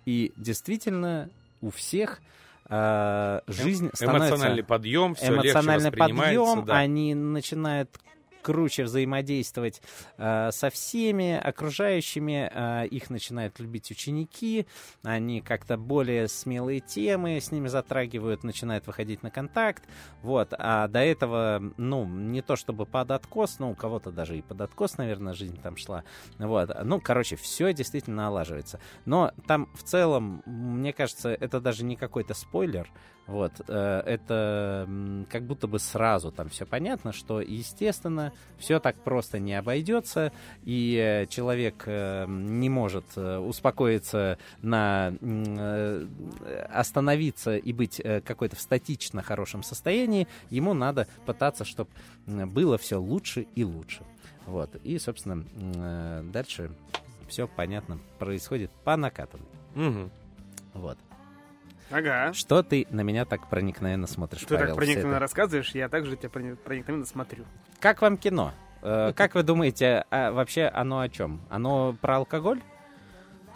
A: и действительно у всех э, жизнь становится
B: Эмоциональный подъем, все
A: эмоциональный
B: легче воспринимается.
A: подъем,
B: да.
A: они начинают круче взаимодействовать э, со всеми окружающими, э, их начинают любить ученики, они как-то более смелые темы с ними затрагивают, начинают выходить на контакт, вот, а до этого, ну, не то чтобы под откос, ну, у кого-то даже и под откос, наверное, жизнь там шла, вот, ну, короче, все действительно налаживается, но там в целом, мне кажется, это даже не какой-то спойлер, вот, э, это м, как будто бы сразу там все понятно, что, естественно, все так просто не обойдется, и э, человек э, не может э, успокоиться на м, э, остановиться и быть э, какой-то в статично хорошем состоянии, ему надо пытаться, чтобы было все лучше и лучше. Вот, и, собственно, м, э, дальше все понятно происходит по накатанной.
B: Мгм.
A: Вот.
C: Ага.
A: Что ты на меня так проникновенно смотришь,
C: Ты
A: Павел,
C: так
A: всё
C: проникновенно
A: это?
C: рассказываешь, я также тебя прони- проникновенно смотрю.
A: Как вам кино?
C: Ну,
A: Э, Как вы думаете, а вообще оно о чем? Оно про алкоголь?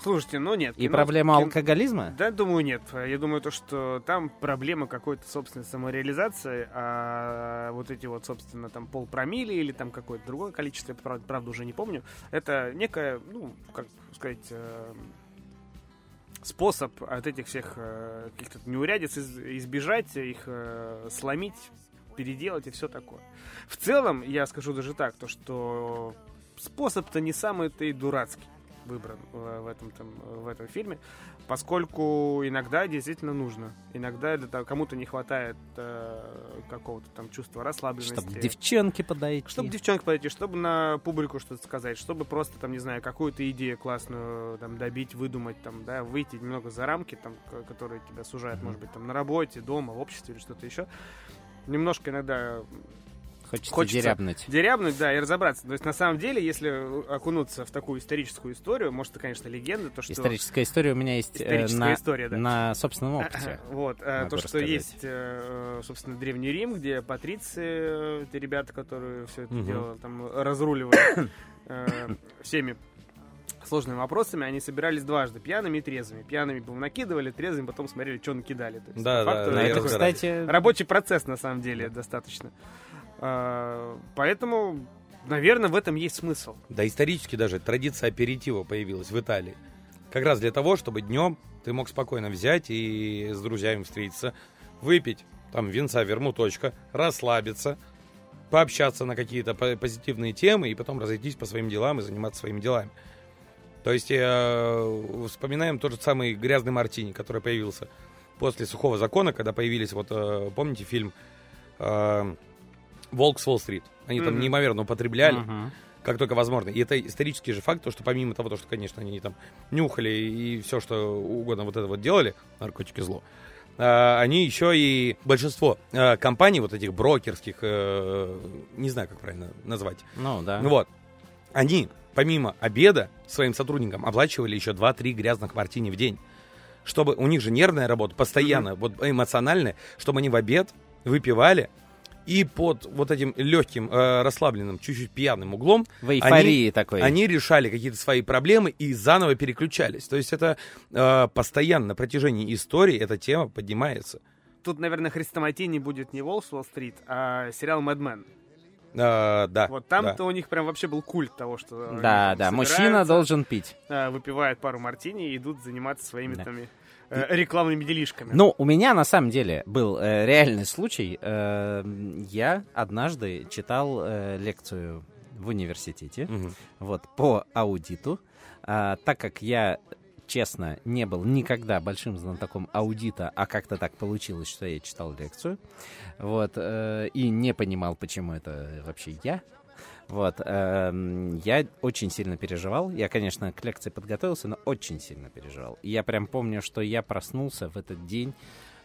C: Слушайте, ну нет.
A: И
C: кино-
A: проблему
C: кин-
A: алкоголизма?
C: Да, думаю, нет. Я думаю, то, что там проблема какой-то собственной самореализации, а вот эти вот, собственно, там полпромили или там какое-то другое количество, я прав- правда, уже не помню, это некая, ну, как сказать, э, способ от этих всех э, каких-то неурядиц из- избежать, их э, сломить, переделать и все такое. В целом, я скажу даже так, то, что способ-то не самый-то и дурацкий выбран э, в этом, там, э, в этом фильме поскольку иногда действительно нужно. Иногда это так, кому-то не хватает э, какого-то там чувства расслабленности.
A: Чтобы девчонки подойти.
C: Чтобы девчонка подойти, чтобы на публику что-то сказать, чтобы просто, там, не знаю, какую-то идею классную там добить, выдумать, там, да, выйти немного за рамки, там, к- которые тебя сужают, может быть, там, на работе, дома, в обществе или что-то еще. Немножко иногда
A: Хочется,
C: хочется.
A: дерябнуть.
C: дерябнуть, да, и разобраться. То есть, на самом деле, если окунуться в такую историческую историю, может, это, конечно, легенда, то, что...
A: Историческая история у меня есть э,
C: Историческая
A: на,
C: история, да.
A: на собственном опыте.
C: Вот, э,
A: Могу
C: то, что
A: рассказать.
C: есть, э, э, собственно, Древний Рим, где патриции, э, те ребята, которые все это
B: Мгм.
C: дело там разруливали э, всеми сложными вопросами, они собирались дважды, пьяными и трезвыми. Пьяными потом накидывали, трезвыми потом смотрели, что накидали. То есть,
B: Да, да,
C: по факту
A: Но
B: да, я
A: это,
B: разбираюсь.
A: кстати,
C: рабочий процесс, на самом деле, достаточно. Э, Поэтому, наверное, в этом есть смысл.
B: Да, исторически даже традиция аперитива появилась в Италии. Как раз для того, чтобы днем ты мог спокойно взять и с друзьями встретиться, выпить там винца, вермуточка, расслабиться, пообщаться на какие-то по- позитивные темы и потом разойтись по своим делам и заниматься своими делами. То есть э, вспоминаем тот же самый грязный мартини, который появился после сухого закона, когда появились, вот э, помните фильм э, «Волк с Уолл-стрит». Они там
C: Мгм.
B: неимоверно употребляли
A: мгм.
B: как только возможно. И это исторический же факт, то, что помимо того, то, что, конечно, они там нюхали и все, что угодно вот это вот делали, наркотики зло, а, они еще и большинство а, компаний вот этих брокерских, э, не знаю, как правильно назвать,
A: ну да.
B: ну вот, они помимо обеда своим сотрудникам оплачивали еще 2-3 грязных мартини в день, чтобы у них же нервная работа постоянно, вот эмоциональная, чтобы они в обед выпивали и под вот этим легким, э, расслабленным, чуть-чуть пьяным углом
A: В эйфории такой.
B: они решали какие-то свои проблемы и заново переключались. То есть это э, постоянно на протяжении истории эта тема поднимается.
C: Тут, наверное, хрестоматийней будет не Волс Уолл-стрит, а сериал «Мэдмен».
B: Э, да.
C: Вот
B: да.
C: там-то у них прям вообще был культ того, что... они
A: Да,
C: там
A: да, мужчина
C: собираются,
A: должен пить.
C: а, Выпивают пару мартини и идут заниматься своими
A: Да.
C: там э, рекламными делишками.
A: Ну, у меня на самом деле был э, реальный случай. Э, я однажды читал э, лекцию в университете
B: Мгм.
A: вот, по аудиту. А, так как я, честно, не был никогда большим знатоком аудита, а как-то так получилось, что я читал лекцию, вот, э, и не понимал, почему это вообще я, вот, эм, я очень сильно переживал. Я, конечно, к лекции подготовился, но очень сильно переживал. И я прям помню, что я проснулся в этот день,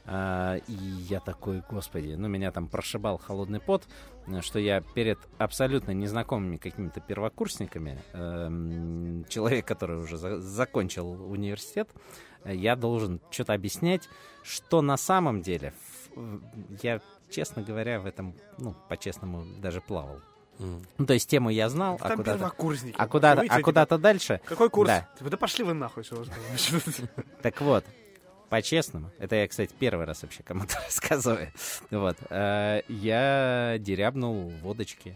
A: а, и я такой, господи, ну меня там прошибал холодный пот, э, что я перед абсолютно незнакомыми какими-то первокурсниками, эм, человек, который уже за- закончил университет, э, я должен что-то объяснять, что на э, самом деле. Ф- я, честно говоря, в этом, ну, по-честному, даже плавал. Ну, то есть тему я знал, а
C: Там
A: куда-то...
C: первокурсники.
A: А куда-то,
C: Видите,
A: а
C: типа,
A: куда-то дальше.
C: Какой курс?
A: Да.
C: Типа, да пошли вы нахуй, что вас там вообще.
A: Так вот, по-честному, это я, кстати, первый раз вообще кому-то рассказываю. Вот. э, Я дерябнул водочки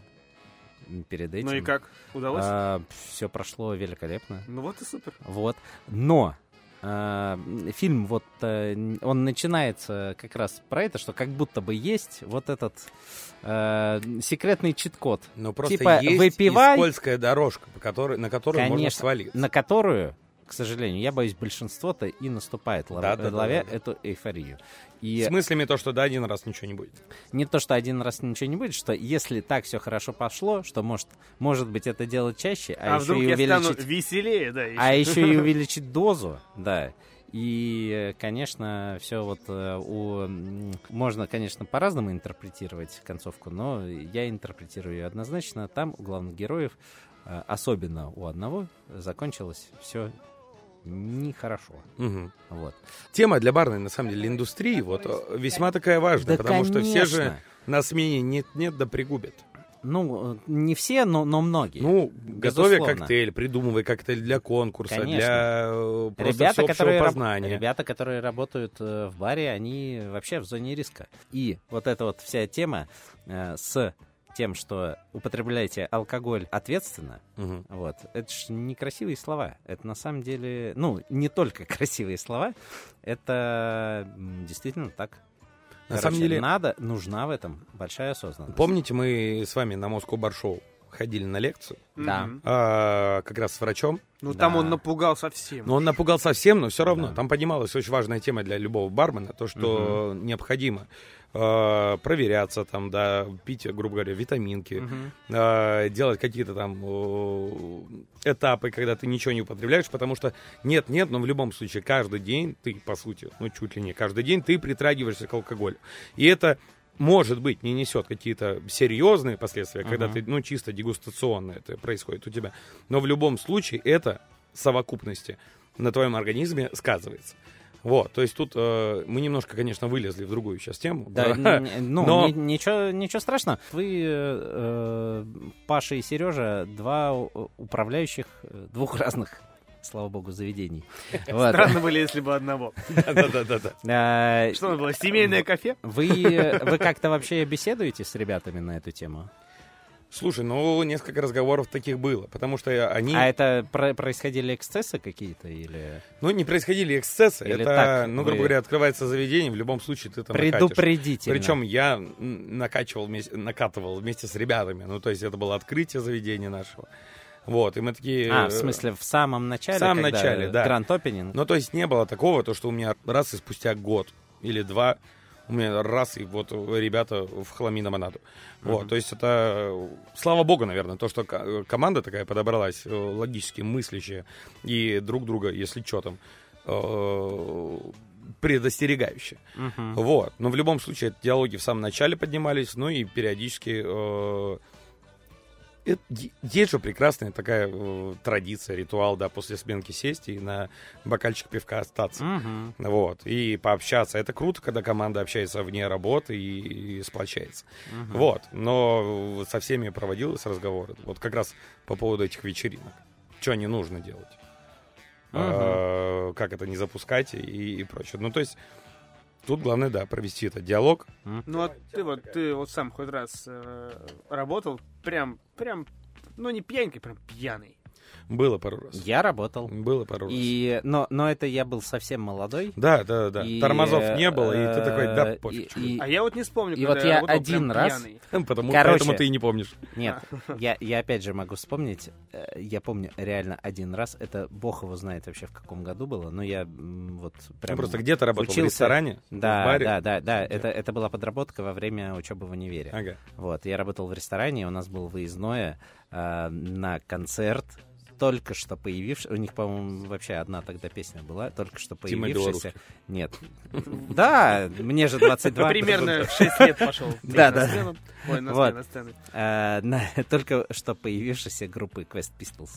A: перед этим. А.
C: Ну и как? Удалось?
A: Все прошло великолепно.
C: Ну вот и супер.
A: Вот. Но а, м, фильм вот э, н- он начинается как раз про это, что как будто бы есть вот этот э, секретный чит-код,
B: Но просто
A: Типа,
B: есть
A: выпивай.
B: и скользкая дорожка, по которой, на которую можно
A: Конечно.
B: свалиться.
A: на которую, к сожалению, я боюсь, большинство-то и наступает, лов-
B: Да-да-да-да-да.
A: ловя эту эйфорию. И
B: С мыслями то, что до один раз ничего не будет.
A: не то, что один раз ничего не будет, что если так все хорошо пошло, что может, может быть это делать чаще, а,
C: А
A: еще
C: вдруг
A: и
C: я стану
A: увеличить
C: веселее, да, ещё.
A: А еще и увеличить дозу, да. И, э, конечно, все вот э, у... м, можно, конечно, по-разному интерпретировать концовку, но я интерпретирую ее однозначно. Там у главных героев, э, особенно у одного, закончилось все нехорошо.
B: Мгм.
A: Вот.
B: Тема для барной, на самом деле, индустрии вот э, весьма такая важная,
A: Да,
B: потому что все же
A: конечно.
B: на смене нет-нет, да пригубят.
A: Ну, э, не все, но, но многие.
B: Ну, готовя
A: безусловно.
B: коктейль, придумывай коктейль для конкурса,
A: Конечно.
B: для э, просто
A: ребята,
B: всеобщего
A: которые, раб-
B: познания.
A: ребята, которые работают э, в баре, они вообще в зоне риска. И вот эта вот вся тема э, с тем, что употребляете алкоголь ответственно,
B: Мгм.
A: вот, это же некрасивые слова. Это на самом деле, ну, не только красивые слова, это м, действительно так.
B: На
A: Короче,
B: самом деле,
A: надо, нужна в этом большая осознанность.
B: помните, мы с вами на Москву Баршоу ходили на лекцию,
A: Да.
C: Мгм.
B: а, как раз с врачом,
C: Ну
A: Да.
C: там
A: Ну,
C: он напугал совсем.
B: Но он напугал совсем, но все равно.
A: Да.
B: Там поднималась очень важная тема для любого бармена, то, что необходимо э, проверяться, там, да, пить, грубо говоря, витаминки,
C: Мгм.
B: э, делать какие-то там э, этапы, когда ты ничего не употребляешь, потому что нет-нет, но в любом случае каждый день ты, по сути, ну чуть ли не каждый день ты притрагиваешься к алкоголю. И это может быть, не несет какие-то серьезные последствия, когда
A: Мгм.
B: ты, ну, чисто дегустационно это происходит у тебя. Но в любом случае это в совокупности на твоем организме сказывается. Вот, то есть тут э, мы немножко, конечно, вылезли в другую сейчас тему.
A: Да, н- н- ну,
B: Но-
A: ни- ничего, ничего страшного. Вы, э, э, Паша и Сережа, два у- управляющих э, двух разных, слава богу, заведений. Вот.
C: Странно были, если бы одного.
B: Да-да-да.
A: А,
C: Что оно было, семейное кафе?
A: Вы, э, вы как-то вообще беседуете с ребятами на эту тему?
B: Слушай, ну несколько разговоров таких было, потому что они,
A: А это про- происходили эксцессы какие-то или
B: ну не происходили эксцессы,
A: Или
B: это,
A: так
B: ну
A: вы-
B: грубо говоря, открывается заведение, в любом случае ты там накатишь.
A: предупредите?
B: Причем я м, накачивал, вместе- накатывал вместе с ребятами, ну то есть это было открытие заведения нашего, вот и мы такие,
A: А,
B: э,
A: в смысле, в самом начале?
B: в самом
A: когда
B: начале, да.
A: Гранд опенинг?
B: ну то есть не было такого, то что у меня раз и спустя год или два у меня раз и вот ребята в хламиномонаду. Вот, то есть это, э, слава богу, наверное, то, что ко- команда такая подобралась, э, логически мыслящая, и друг друга, если что там, э, предостерегающая.
A: Мгм.
B: Вот. Но в любом случае, эти диалоги в самом начале поднимались, ну и периодически... э, э, е- есть же прекрасная такая э, традиция, ритуал, да, после сменки сесть и на бокальчик пивка остаться.
A: Мгм.
B: Вот, и пообщаться. Это круто, когда команда общается вне работы и, и сплочается.
A: Мгм.
B: Вот, но со всеми проводилось разговоры. Вот как раз по поводу этих вечеринок. Что не нужно делать.
A: Мгм.
B: Э, Как это не запускать и, и прочее. Ну, то есть, тут главное, да, провести этот диалог.
C: Ну а ты вот, ты вот сам хоть раз э, работал прям, прям, ну не пьянкой, прям пьяный.
B: Было пару раз.
A: Я работал.
B: Было пару раз.
A: И, но, но это я был совсем молодой.
B: Да, да, да.
A: И,
B: Тормозов не было, и ты
A: э,
B: такой, да
A: и-
B: пофиг. чё.
A: и-
C: А я вот не вспомню,
A: И
C: когда
A: вот
C: я
A: я
C: работал
A: один
C: прям
A: раз-
C: пьяный.
B: Потому,
A: короче.
B: Поэтому ты и не помнишь.
A: Нет, я, я опять же могу вспомнить, э, я помню реально один раз, это бог его знает вообще в каком году было, но я м, вот
B: Ну,
A: прям...
B: просто где-то работал в
A: учился.
B: ресторане,
A: Да,
B: в баре.
A: да, да, да,
B: Где?
A: это, это была подработка во время учебы в универе.
B: Ага.
A: Вот, я работал в ресторане, у нас было выездное э, на концерт, только что появившийся, у них, по-моему, вообще одна тогда песня была, только что
B: Тима
A: появившаяся. Нет. Да, мне же 22.
C: Ну, Примерно в 6 лет пошел.
A: Да,
C: на
A: да.
C: сцену. Ой, на
A: Вот.
C: сцену, на сцену.
A: э, на только что появившейся группы Quest Pistols.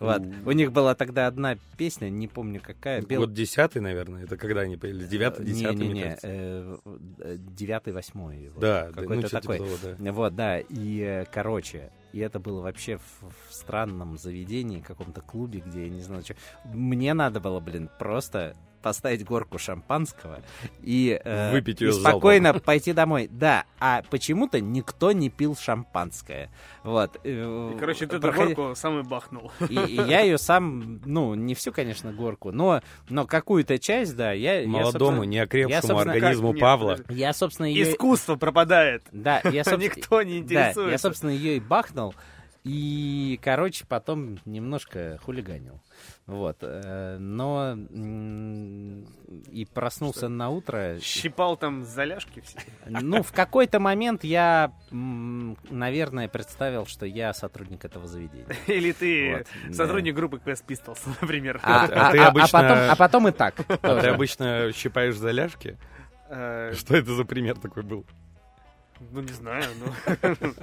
A: Вот. У них была тогда одна песня, не помню какая. бел-
B: Год десятый, наверное, это когда они появились? Девятый, десятый, мне
A: Не-не-не,
B: кажется.
A: э, э, девятый, восьмой. вот,
B: Да, да, ну,
A: какой-то
B: типа
A: такой.
B: того, да.
A: Вот, да, и, э, короче, и это было вообще в, в странном заведении, каком-то клубе, где я не знаю, что. Мне надо было, блин, просто поставить горку шампанского и, э,
B: Выпить
A: и
B: её залпом.
A: спокойно пойти домой. Да, а почему-то никто не пил шампанское. Вот.
C: И, короче, ты эту
A: Э, Проходи-
C: горку сам и бахнул.
A: и, и я ее сам, ну, не всю, конечно, горку, но, но какую-то часть, да, я... я,
B: Молодому,
A: собственно- я,
B: неокрепшему
A: собственно,
B: организму
C: как- нет,
B: Павла.
C: подожди.
A: Я, собственно, ее...
C: Искусство пропадает.
A: Да, я, собственно...
C: Никто не
A: Да,
C: интересуется.
A: я, собственно, ее и бахнул. И, короче, потом немножко хулиганил. Вот. э, Но м, и проснулся на утро.
C: Щипал там заляжки все.
A: Ну, в какой-то момент я, м, наверное, представил, что я сотрудник этого заведения.
C: Или ты
A: Вот,
C: сотрудник группы Quest Pistols, например.
A: А,
B: А
A: а-
B: ты
A: а- а
B: обычно-
A: потом, а потом и так.
B: А ты
A: тоже.
B: обычно щипаешь заляжки?
C: Э,
B: Что это за пример такой был?
C: Ну, не знаю, ну...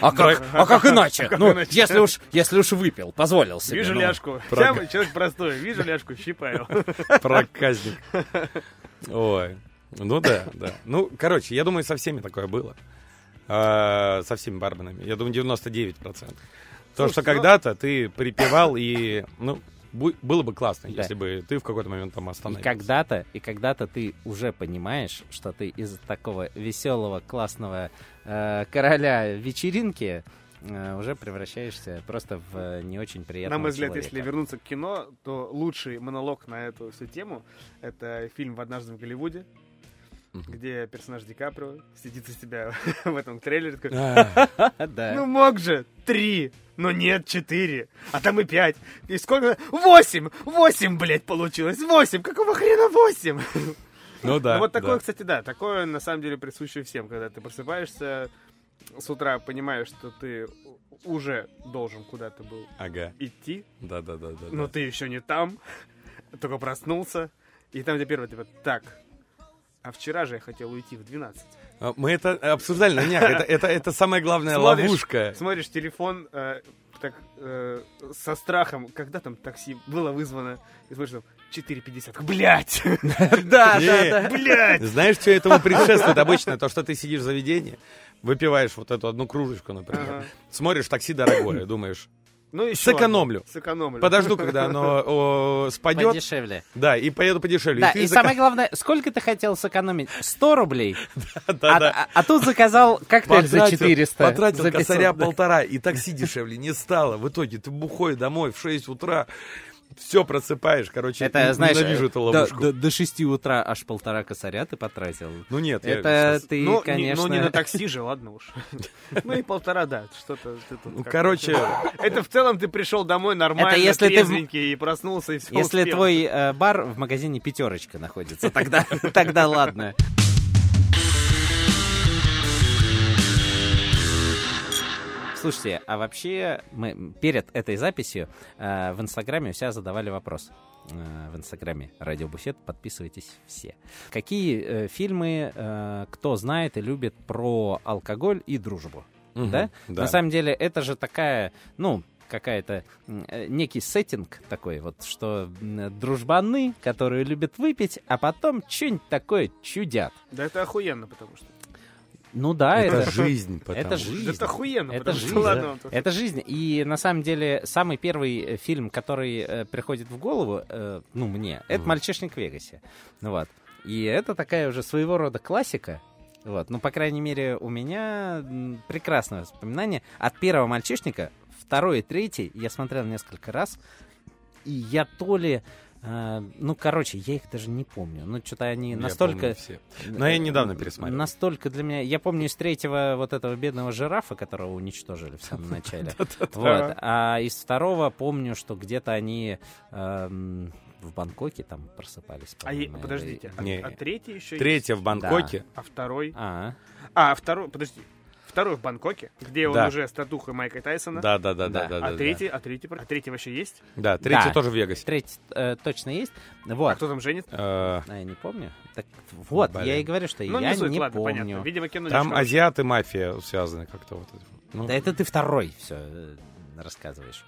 A: А как, а как иначе?
C: как
A: ну,
C: иначе?
A: если уж, если уж выпил, позволил себе.
C: Вижу
A: ну.
C: ляжку.
B: Прога-
C: Я человек простой. Вижу ляжку, щипаю.
B: Проказник. Ой. Ну да, да. Ну, короче, я думаю, со всеми такое было. А, Со всеми барменами. Я думаю, 99%. То,
C: Слушай,
B: что
C: ну-
B: когда-то ты припевал и... Ну, бу- было бы классно,
A: Да.
B: если бы ты в какой-то момент там
A: И
B: остановился.
A: когда-то, и когда-то ты уже понимаешь, что ты из такого веселого, классного э, короля вечеринки э, уже превращаешься просто в э, не очень
C: На
A: приятного
C: мой взгляд,
A: человека.
C: если вернуться к кино, то лучший монолог на эту всю тему — это фильм «В однажды в Голливуде»,
B: Мгм.
C: где персонаж Ди Каприо сидит у себя в этом трейлере, такой,
B: А,
A: Да.
C: ну мог же, три, но нет, четыре, а там и пять, и сколько, восемь, восемь, блядь, получилось, восемь, какого хрена восемь?
B: Ну да.
C: Ну, вот такое,
B: да.
C: кстати, да, такое на самом деле присуще всем, когда ты просыпаешься с утра, понимаешь, что ты у- уже должен куда-то был
B: Ага.
C: идти,
B: Да-да-да-да.
C: но Ну ты еще не там, только проснулся, и там тебе первое, типа, так, а вчера же я хотел уйти в 12.
B: А, Мы это обсуждали на днях. Это, это, это самая главная
C: Смотришь,
B: ловушка.
C: Смотришь телефон, э, так, э, со страхом, когда там такси было вызвано, и смотришь там, 4.50, блядь,
A: Да,
B: Не.
A: да, да.
C: блядь,
B: Знаешь, что этому предшествует обычно? То, что ты сидишь в заведении, выпиваешь вот эту одну кружечку, например.
C: Ага.
B: Смотришь, такси дорогое, думаешь,
C: Ну еще
B: Сэкономлю.
C: ладно, Сэкономлю.
B: подожду, когда оно о, спадет,
A: Подешевле.
B: да, и поеду подешевле.
A: Да,
B: ты
A: и
B: зака-
A: самое главное, сколько ты хотел сэкономить? 100 рублей, а,
B: Да-да.
A: а- а тут заказал коктейль за 400.
B: потратил
A: за 500,
B: косаря
A: да.
B: полтора, и такси дешевле не стало. В итоге ты бухой домой в 6 утра, все просыпаешь. Короче,
A: Это, знаешь,
B: ненавижу эту
A: э,
B: ловушку.
A: До, до, до 6 утра аж полтора косаря ты потратил.
B: Ну нет, я
A: Это
B: сейчас-
A: ты,
C: ну, не,
A: конечно...
C: ну, не на такси же, ладно уж. Ну и полтора, да, что-то ты тут
B: Ну,
C: как-то-
B: короче,
C: Это в целом ты пришел домой нормально,
A: Это если ты в-
C: трезвенький, и проснулся, и все
A: Если твой э, бар в магазине пятерочка находится, тогда, тогда ладно. Слушайте, а вообще мы перед этой записью э, в Инстаграме у себя задавали вопрос. Э, в Инстаграме Радио Буфет, подписывайтесь все. Какие э, фильмы э, кто знает и любит про алкоголь и дружбу?
B: Мгм,
A: да?
B: да.
A: На самом деле это же такая, ну, какая-то м, э, некий сеттинг такой вот, что м, дружбаны, которые любят выпить, а потом что-нибудь такое чудят.
C: Да это охуенно, потому что.
A: Ну да,
B: это,
A: это,
B: жизнь, потому
A: это
B: что-
A: жизнь.
C: Да Это охуенно,
A: Это
C: потому что
A: жизнь,
C: ладно
A: да.
C: вам тут.
A: Это жизнь. И на самом деле самый первый э, фильм, который э, приходит в голову, э, ну мне, это
B: Мгм.
A: «Мальчишник в Вегасе». Ну Вот. И это такая уже своего рода классика. Вот. Ну, по крайней мере, у меня м, прекрасное воспоминание. От первого «Мальчишника», второй и третий я смотрел несколько раз. И я то ли... э, ну, короче, я их даже не помню. Ну, что-то они
B: Я
A: настолько...
B: помню все. Но я недавно пересматривал.
A: Настолько для меня... Я помню из третьего вот этого бедного жирафа, которого уничтожили в самом начале. Вот. А из второго помню, что где-то они эм, в Бангкоке там просыпались.
C: А е-
A: по-моему,
C: подождите,
A: или-
C: а,
B: Не.
C: а третий еще есть?
B: Третья в Бангкоке.
C: А второй?
A: А,
C: А, второй, подожди. Второй в Бангкоке, где он
B: Да.
C: уже с татухой Майка Тайсона.
B: Да, да, да, да,
A: Да.
B: да.
C: а
B: да,
C: третий, а третий, а третий вообще есть?
B: Да, Да, третий
A: Да.
B: тоже в Вегасе.
A: третий э, точно есть.
C: А
A: Вот.
C: кто там женит?
B: Э,
A: А, я не помню. Так вот, я и
B: Блин.
A: говорю, что
C: Ну,
A: я
C: не суть,
A: не
C: ладно,
A: помню.
C: понятно. Видимо, кино не очень
B: Там
C: хорошее.
B: азиаты и мафия связаны как-то вот. это. Ну,
A: Ну, Да это ты второй все рассказываешь.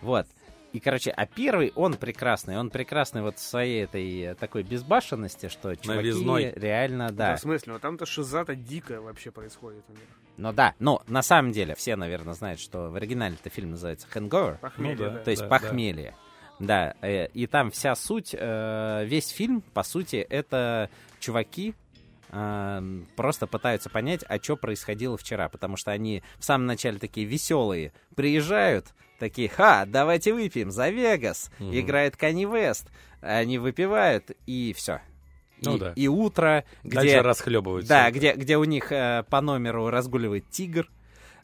A: Вот. И, короче, а первый, он прекрасный. Он прекрасный вот в своей этой э, такой безбашенности, что чуваки
B: Новизной.
A: реально,
C: Да,
A: да.
C: в смысле, ну там-то шиза-то дикая вообще происходит у них.
A: Ну да, ну на самом деле все, наверное, знают, что в оригинале-то фильм называется «Hangover»,
C: Похмелье,
B: Ну да.
A: то есть «Похмелье». Да, э, и там вся суть, э, весь фильм, по сути, это чуваки э, просто пытаются понять, а что происходило вчера, потому что они в самом начале такие веселые, приезжают, такие, ха, давайте выпьем за Вегас,
B: Мгм.
A: играет Кани Вест, они выпивают, и все.
B: Ну
A: и,
B: да.
A: и утро,
B: Дальше
A: где
B: расхлебываются.
A: да, где, где у них э, по номеру разгуливает тигр.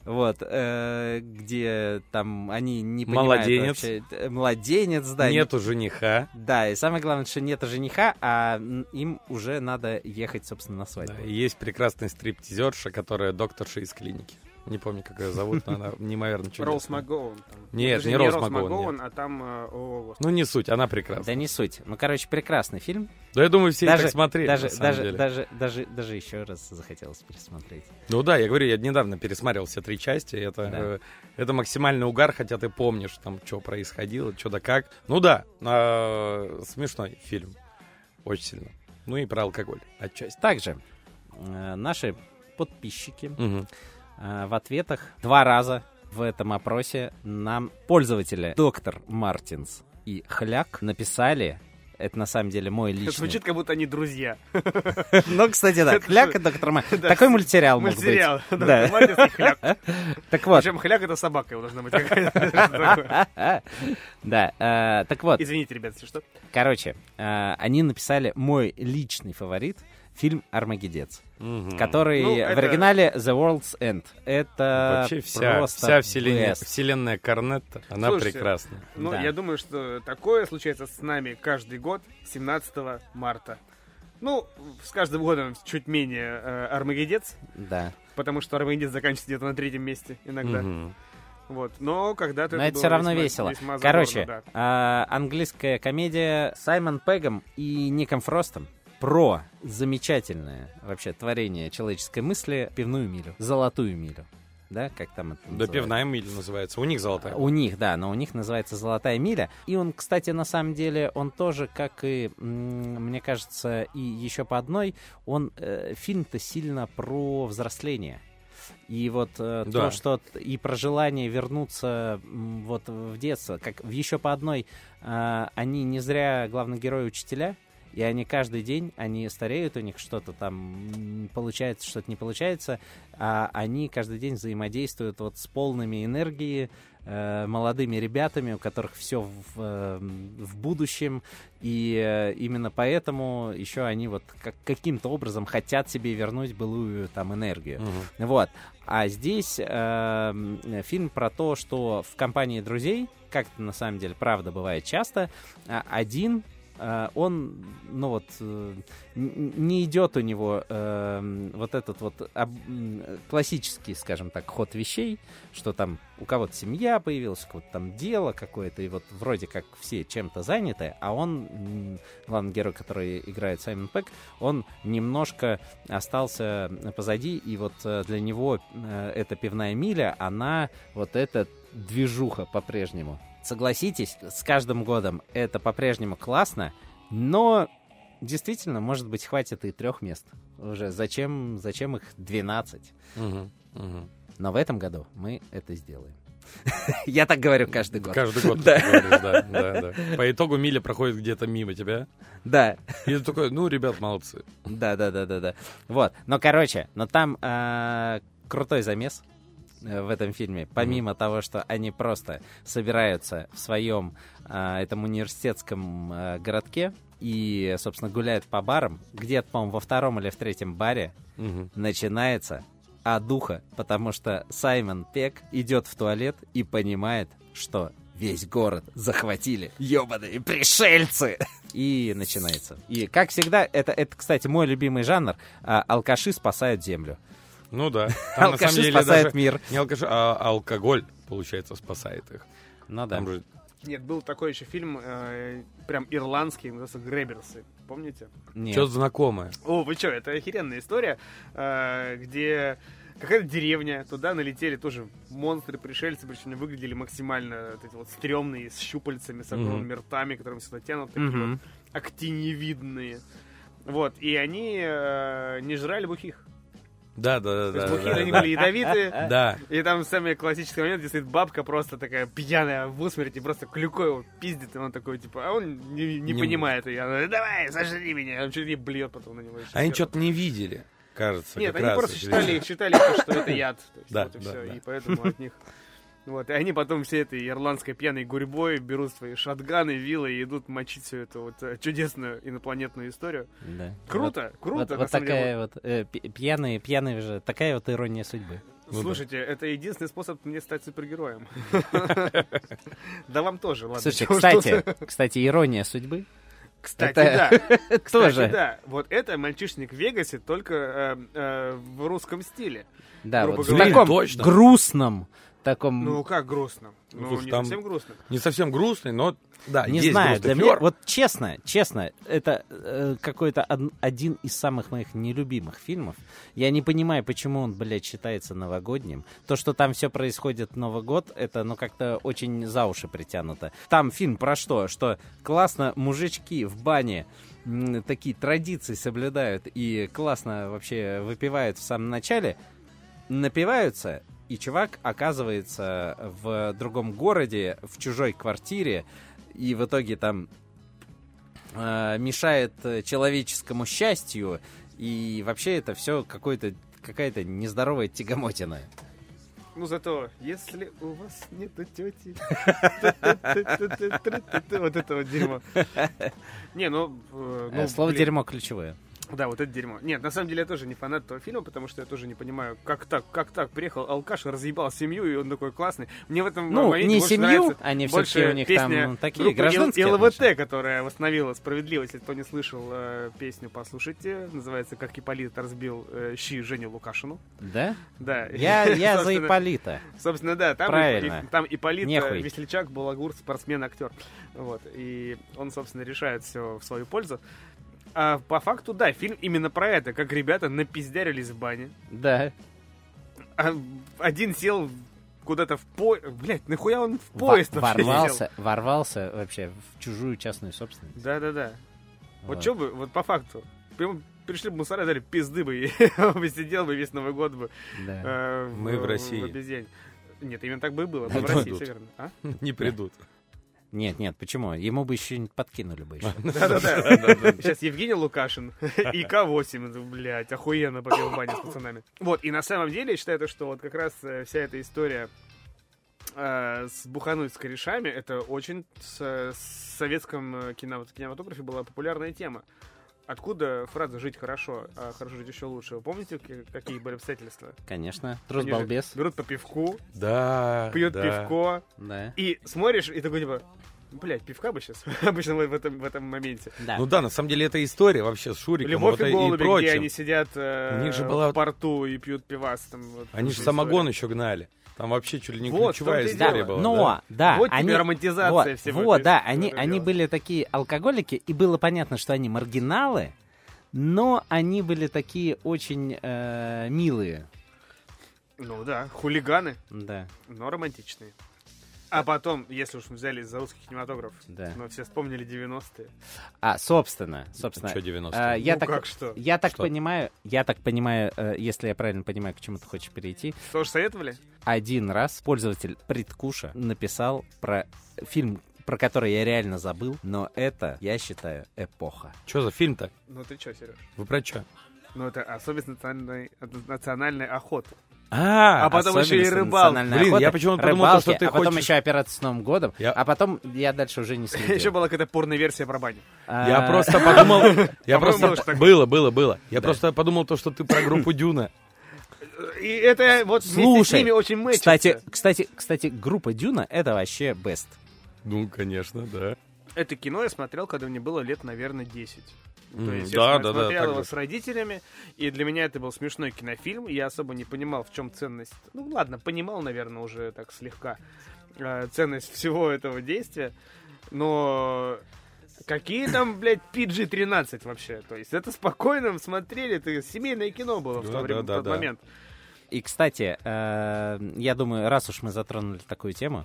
A: Вот, э, где там они не понимают
B: Младенец.
A: вообще, э, младенец, да. не-
B: Нету жениха.
A: да, и самое главное, что нет жениха, а м, им уже надо ехать, собственно, на свадьбу.
B: Да, и есть прекрасная стриптизерша, которая докторша из клиники. Не помню, как ее зовут, но она неимоверно чудесная.
C: Роуз Макгоуан. там.
B: Нет,
C: Даже
B: не Роуз Макгоуан,
C: а там... э, о, господи.
B: Ну, не суть, она
A: Да,
B: прекрасна.
A: не суть. Ну, короче, прекрасный фильм.
B: Да я думаю, все и
A: Даже-
B: так смотрели, на
A: даже,
B: самом
A: даже,
B: деле.
A: даже, даже, даже еще раз захотелось пересмотреть.
B: Ну да, я говорю, я недавно пересматривал все три части. и Это,
A: Да.
B: э, это максимальный угар, хотя ты помнишь, там, что происходило, что да как. Ну да, э, смешной фильм. Очень сильно. Ну и про алкоголь отчасти.
A: Также э, наши подписчики
B: Мгм.
A: А, в ответах два раза в этом опросе нам пользователи доктор Мартинс и Хляк написали это на самом деле мой
C: Это
A: личный.
C: звучит, как будто они друзья.
A: Ну, кстати, да,
C: Это
A: Хляк
C: же-
A: и доктор Мартинс.
C: Да,
A: Такой мультсериал может быть.
C: Мультсериал.
A: Да.
C: Да, Мартин и Хляк.
A: Так вот.
C: Причем хляк это собака его должна быть. какая-то.
A: Да, э, так вот,
C: Извините, ребят, если что.
A: короче, э, они написали мой личный фаворит фильм «Армагеддец»,
B: Мгм.
A: который
C: Ну,
A: в
C: это-
A: оригинале «The World's End». Это
B: Вообще вся,
A: просто
B: вся вселенная,
A: best.
B: вселенная Корнетта, она
C: Слушайте,
B: прекрасна.
C: Ну,
A: Да.
C: я думаю, что такое случается с нами каждый год 17 марта. Ну, с каждым годом чуть менее э, Армагеддец,
A: Да.
C: потому что Армагеддец заканчивается где-то на третьем месте иногда.
B: Мгм.
C: Вот. Но когда-то
A: Но
C: это
A: это
C: было
A: все равно
C: весьма-
A: весело.
C: весьма забавно,
A: Короче,
C: да.
A: а, английская комедия с Саймон Пегом и Ником Фростом про замечательное вообще творение человеческой мысли пивную милю, золотую милю. Да, как там это
B: Да
A: называется?
B: пивная миля называется. У них золотая.
A: А, У них, да, но у них называется «Золотая миля». И он, кстати, на самом деле, он тоже, как и, м, мне кажется, и еще по одной, он э, фильм-то сильно про взросление. И вот э,
B: Да.
A: то, что т- и про желание вернуться м, вот в детство, как в еще по одной, э, они не зря главный герой учителя, и они каждый день, они стареют, у них что-то там м, получается, что-то не получается, а они каждый день взаимодействуют вот с полными энергии, э, молодыми ребятами, у которых все в, э, в будущем, и э, именно поэтому еще они вот как- каким-то образом хотят себе вернуть былую там энергию.
B: Мгм.
A: Вот. А здесь э, м, фильм про то, что в компании друзей, как это на самом деле правда бывает часто, а, один э, он, ну вот, э, н- не идет у него э, м, вот этот вот об- м, классический, скажем так, ход вещей, что там у кого-то семья появилась, у кого-то там дело какое-то, и вот вроде как все чем-то заняты, а он, м, главный герой, который играет Саймон Пэк, он немножко остался позади, и вот э, для него э, эта пивная миля, она вот эта движуха по-прежнему. Согласитесь, с каждым годом это по-прежнему классно, но действительно, может быть, хватит и трех мест уже. Зачем, зачем их 12?
B: Мгм. Мгм.
A: Но в этом году мы это сделаем. Я так говорю каждый год.
B: Каждый год
A: Да.
B: ты говоришь, да, да, да. По итогу миля проходит где-то мимо тебя.
A: Да,
B: И ты такой, ну, ребят, молодцы.
A: Да, да, да, да, да. Вот. Но, короче, но там э, крутой замес э, в этом фильме. Помимо того, что они просто собираются в своем э, этом университетском э, городке и, собственно, гуляют по барам, где-то, по-моему, во втором или в третьем баре
B: Мгм.
A: начинается а духа, потому что Саймон Пек идет в туалет и понимает, что весь город захватили ёбаные пришельцы. И начинается. И, как всегда, это, это кстати, мой любимый жанр. а, алкаши спасают землю.
B: Ну да. Там, на самом
A: алкаши
B: деле,
A: спасают
B: даже
A: мир.
B: Не алкаши, а алкоголь, получается, спасает их.
A: Ну да.
B: Там же
C: Нет, был такой еще фильм, э, прям ирландский, называется «Греберсы». Помните?
A: Нет.
B: что-то знакомое.
C: О, вы что, это охеренная история, э, где какая-то деревня, туда налетели тоже монстры, пришельцы, причем они выглядели максимально вот эти вот стрёмные, с щупальцами, с огромными ртами, которыми сюда тянут, такие вот
A: Мгм.
C: актиневидные. Вот, и они э, не жрали бухих.
B: Да, да, да,
C: То есть
B: да.
C: бухие
B: да,
C: они
B: да.
C: были ядовитые.
B: Да.
C: И там самый классический момент, где стоит бабка просто такая пьяная в усмерти, просто клюкой его пиздит, и он такой, типа, а он не, не
B: Не
C: понимает. И она, давай, сожри меня. Он чуть не блюет потом на него. еще
B: Они
C: сверху.
B: что-то не видели, кажется.
C: Нет,
B: как
C: они
B: раз
C: просто
B: эти
C: считали,
B: люди.
C: считали, что это яд. То есть
B: Да,
C: вот и
B: да,
C: все.
B: да.
C: И поэтому от них... Вот, и они потом все этой ирландской пьяной гурьбой берут свои шотганы, виллы и идут мочить всю эту вот э, чудесную инопланетную историю.
A: Да.
C: Круто, круто,
A: Вот,
C: на
A: вот,
C: самом деле.
A: такая вот э, пи- пьяные, пьяные же, такая вот ирония судьбы.
B: Ну да.
C: Слушайте, это единственный способ мне стать супергероем. Да вам тоже, ладно.
A: Слушай,
C: чего ж
A: кстати,
C: тут.
A: кстати, ирония судьбы
C: Кстати, да.
A: это-
C: Кстати,
A: тоже.
C: да. Вот это «Мальчишник в Вегасе» только э, э, в русском стиле.
A: Да,
C: грубо
A: вот в
C: говоря.
A: таком
B: Точно.
A: грустном таком.
C: Ну, как грустно.
B: Ну,
C: Ну,
B: слушай,
C: не
B: там-
C: совсем грустно.
B: Не совсем грустный, но да,
A: не
B: есть
A: знаю,
B: грустный
A: для меня
B: флёр.
A: вот честно, честно, это э, какой-то од- один из самых моих нелюбимых фильмов. Я не понимаю, почему он, блядь, считается новогодним. То, что там все происходит в Новый год, это, ну, как-то очень за уши притянуто. Там фильм про что? Что классно мужички в бане м, такие традиции соблюдают и классно вообще выпивают в самом начале, напиваются, и чувак оказывается в другом городе, в чужой квартире, и в итоге там э, мешает э, человеческому счастью, и вообще это все какой-то какая-то нездоровая тягомотина.
C: Ну, зато, если у вас нету тети... Вот это вот дерьмо. Не, ну... э,
A: Э,
C: ну,
A: Слово
C: блин.
A: дерьмо ключевое.
C: Да, вот это дерьмо. Нет, на самом деле я тоже не фанат этого фильма, потому что я тоже не понимаю, как так, как так, приехал алкаш, разъебал семью, и он такой классный. Мне в этом
A: Ну,
C: моменте
A: не
C: больше
A: семью,
C: нравится
A: они все-таки
C: больше
A: у них
C: песня
A: там такие
C: группы
A: гражданские.
C: Л-
A: отношения.
C: ЛВТ, которая восстановила справедливость. Если кто не слышал э, песню, послушайте. Называется «Как Ипполит разбил э, щи Женю Лукашину».
A: Да?
C: Да.
A: Я, я за
C: Собственно,
A: Ипполита.
C: Собственно, да, там,
A: Правильно.
C: и- там Ипполит
A: Нехуй.
C: э, Весельчак, Балагур, спортсмен, актер. Вот. И он, собственно, решает все в свою пользу. А по факту, да, фильм именно про это, как ребята напиздярились в бане.
A: Да.
C: А один сел куда-то в поезд. Блять, нахуя он в
A: Во-
C: поезд вообще сел?
A: ворвался, ворвался вообще в чужую частную собственность.
C: Да-да-да. Вот
A: Вот.
C: что бы, вот по факту. Прям пришли бы мусора, дали пизды бы, и он бы сидел бы весь Новый год бы.
A: Да.
C: э, в-
B: Мы в России.
C: обезьяне. Нет, именно так бы и было. Мы
A: Ну,
C: в
B: Пойдут.
C: России, все верно. А?
B: не придут.
A: Нет, нет, почему? Ему бы еще подкинули бы еще.
C: Да-да-да. Сейчас Евгений Лукашин и К8, блядь, охуенно побил в бане с пацанами. Вот, и на самом деле, я считаю, то, что вот как раз э, вся эта история э, с бухануть с корешами, это очень с- э, в советском э, кино- кинематографе была популярная тема. Откуда фраза «жить хорошо, а хорошо жить еще лучше»? Вы помните, к- какие были обстоятельства?
A: Конечно. Трус
C: Они же
A: балбес.
C: Берут по пивку,
B: Да.
C: пьют
B: да.
C: пивко,
A: Да.
C: и смотришь, и такой типа, блядь, пивка бы сейчас, обычно вот в этом, в этом моменте.
A: Да.
B: Ну да, на самом деле это история вообще с Шуриком
C: Любовь
B: вот
C: и
B: и- и
C: голуби, где
B: прочим.
C: они сидят э,
B: У них же была-
C: в порту и пьют пивас. Там, вот,
B: Они же
C: история.
B: самогон еще гнали. Там вообще чуть ли не
C: Вот, в
B: ключевая
C: том-то и
B: история
C: дело. Ну а,
B: была.
A: Но, да,
C: вот
A: они...
C: тебе романтизация
A: вот,
C: всего.
A: вот,
C: этого-
A: да,
C: этого
A: они,
C: дела.
A: они были такие алкоголики, и было понятно, что они маргиналы, но они были такие очень э, милые.
C: Ну да, хулиганы,
A: Да,
C: но романтичные. А потом, если уж мы взялись за русский кинематограф,
A: да.
C: мы все вспомнили 90-е.
A: А, собственно, собственно.
B: Что 90
A: э, я
C: ну
A: так,
C: как Ну, что?
A: я так
B: Что?
A: понимаю, я так понимаю, э, если я правильно понимаю, к чему ты хочешь перейти,
C: Тоже советовали?
A: один раз пользователь предкуша написал про фильм, про который я реально забыл, но это, я считаю, эпоха.
C: А,
B: Что за фильм-то?
C: Ну ты чё, Сереж?
B: Вы про что?
C: Ну это особенность национальной, от- национальной охоты.
B: А,
C: А потом еще и
A: Особенности
C: рыбалки.
A: национальной
B: Блин,
A: охоты,
B: я почему-то подумал, то, что
A: рыбалки,
B: ты
A: а потом
B: хочешь-
A: еще операция с Новым годом,
B: Я-
A: а потом я дальше уже не следил.
C: Еще была какая-то порно-версия про баню.
A: А,
B: Я просто подумал... Я
C: По-моему, было же
B: просто...
C: так.
B: Было, было, было. Я просто подумал то, что ты про группу Дюна.
C: И это вот вместе с
A: Слушай,
C: ними очень мэчится.
A: Кстати, кстати, кстати, группа Дюна — это вообще best.
B: Ну, конечно, да.
C: Это кино я смотрел, когда мне было лет, наверное, 10. То
B: Мгм.
C: есть
B: Да, да,
C: я
B: да,
C: смо- смотрел
B: так
C: его
B: же.
C: с родителями, и для меня это был смешной кинофильм. Я особо не понимал, в чем ценность. Ну ладно, понимал, наверное, уже так слегка э, ценность всего этого действия. Но какие там, блядь, PG-13 вообще? То есть это спокойно смотрели, это семейное кино было в
B: Да,
C: то
B: да,
C: время, в
B: да,
C: тот
B: да.
C: момент.
A: И, кстати, э, я думаю, раз уж мы затронули такую тему,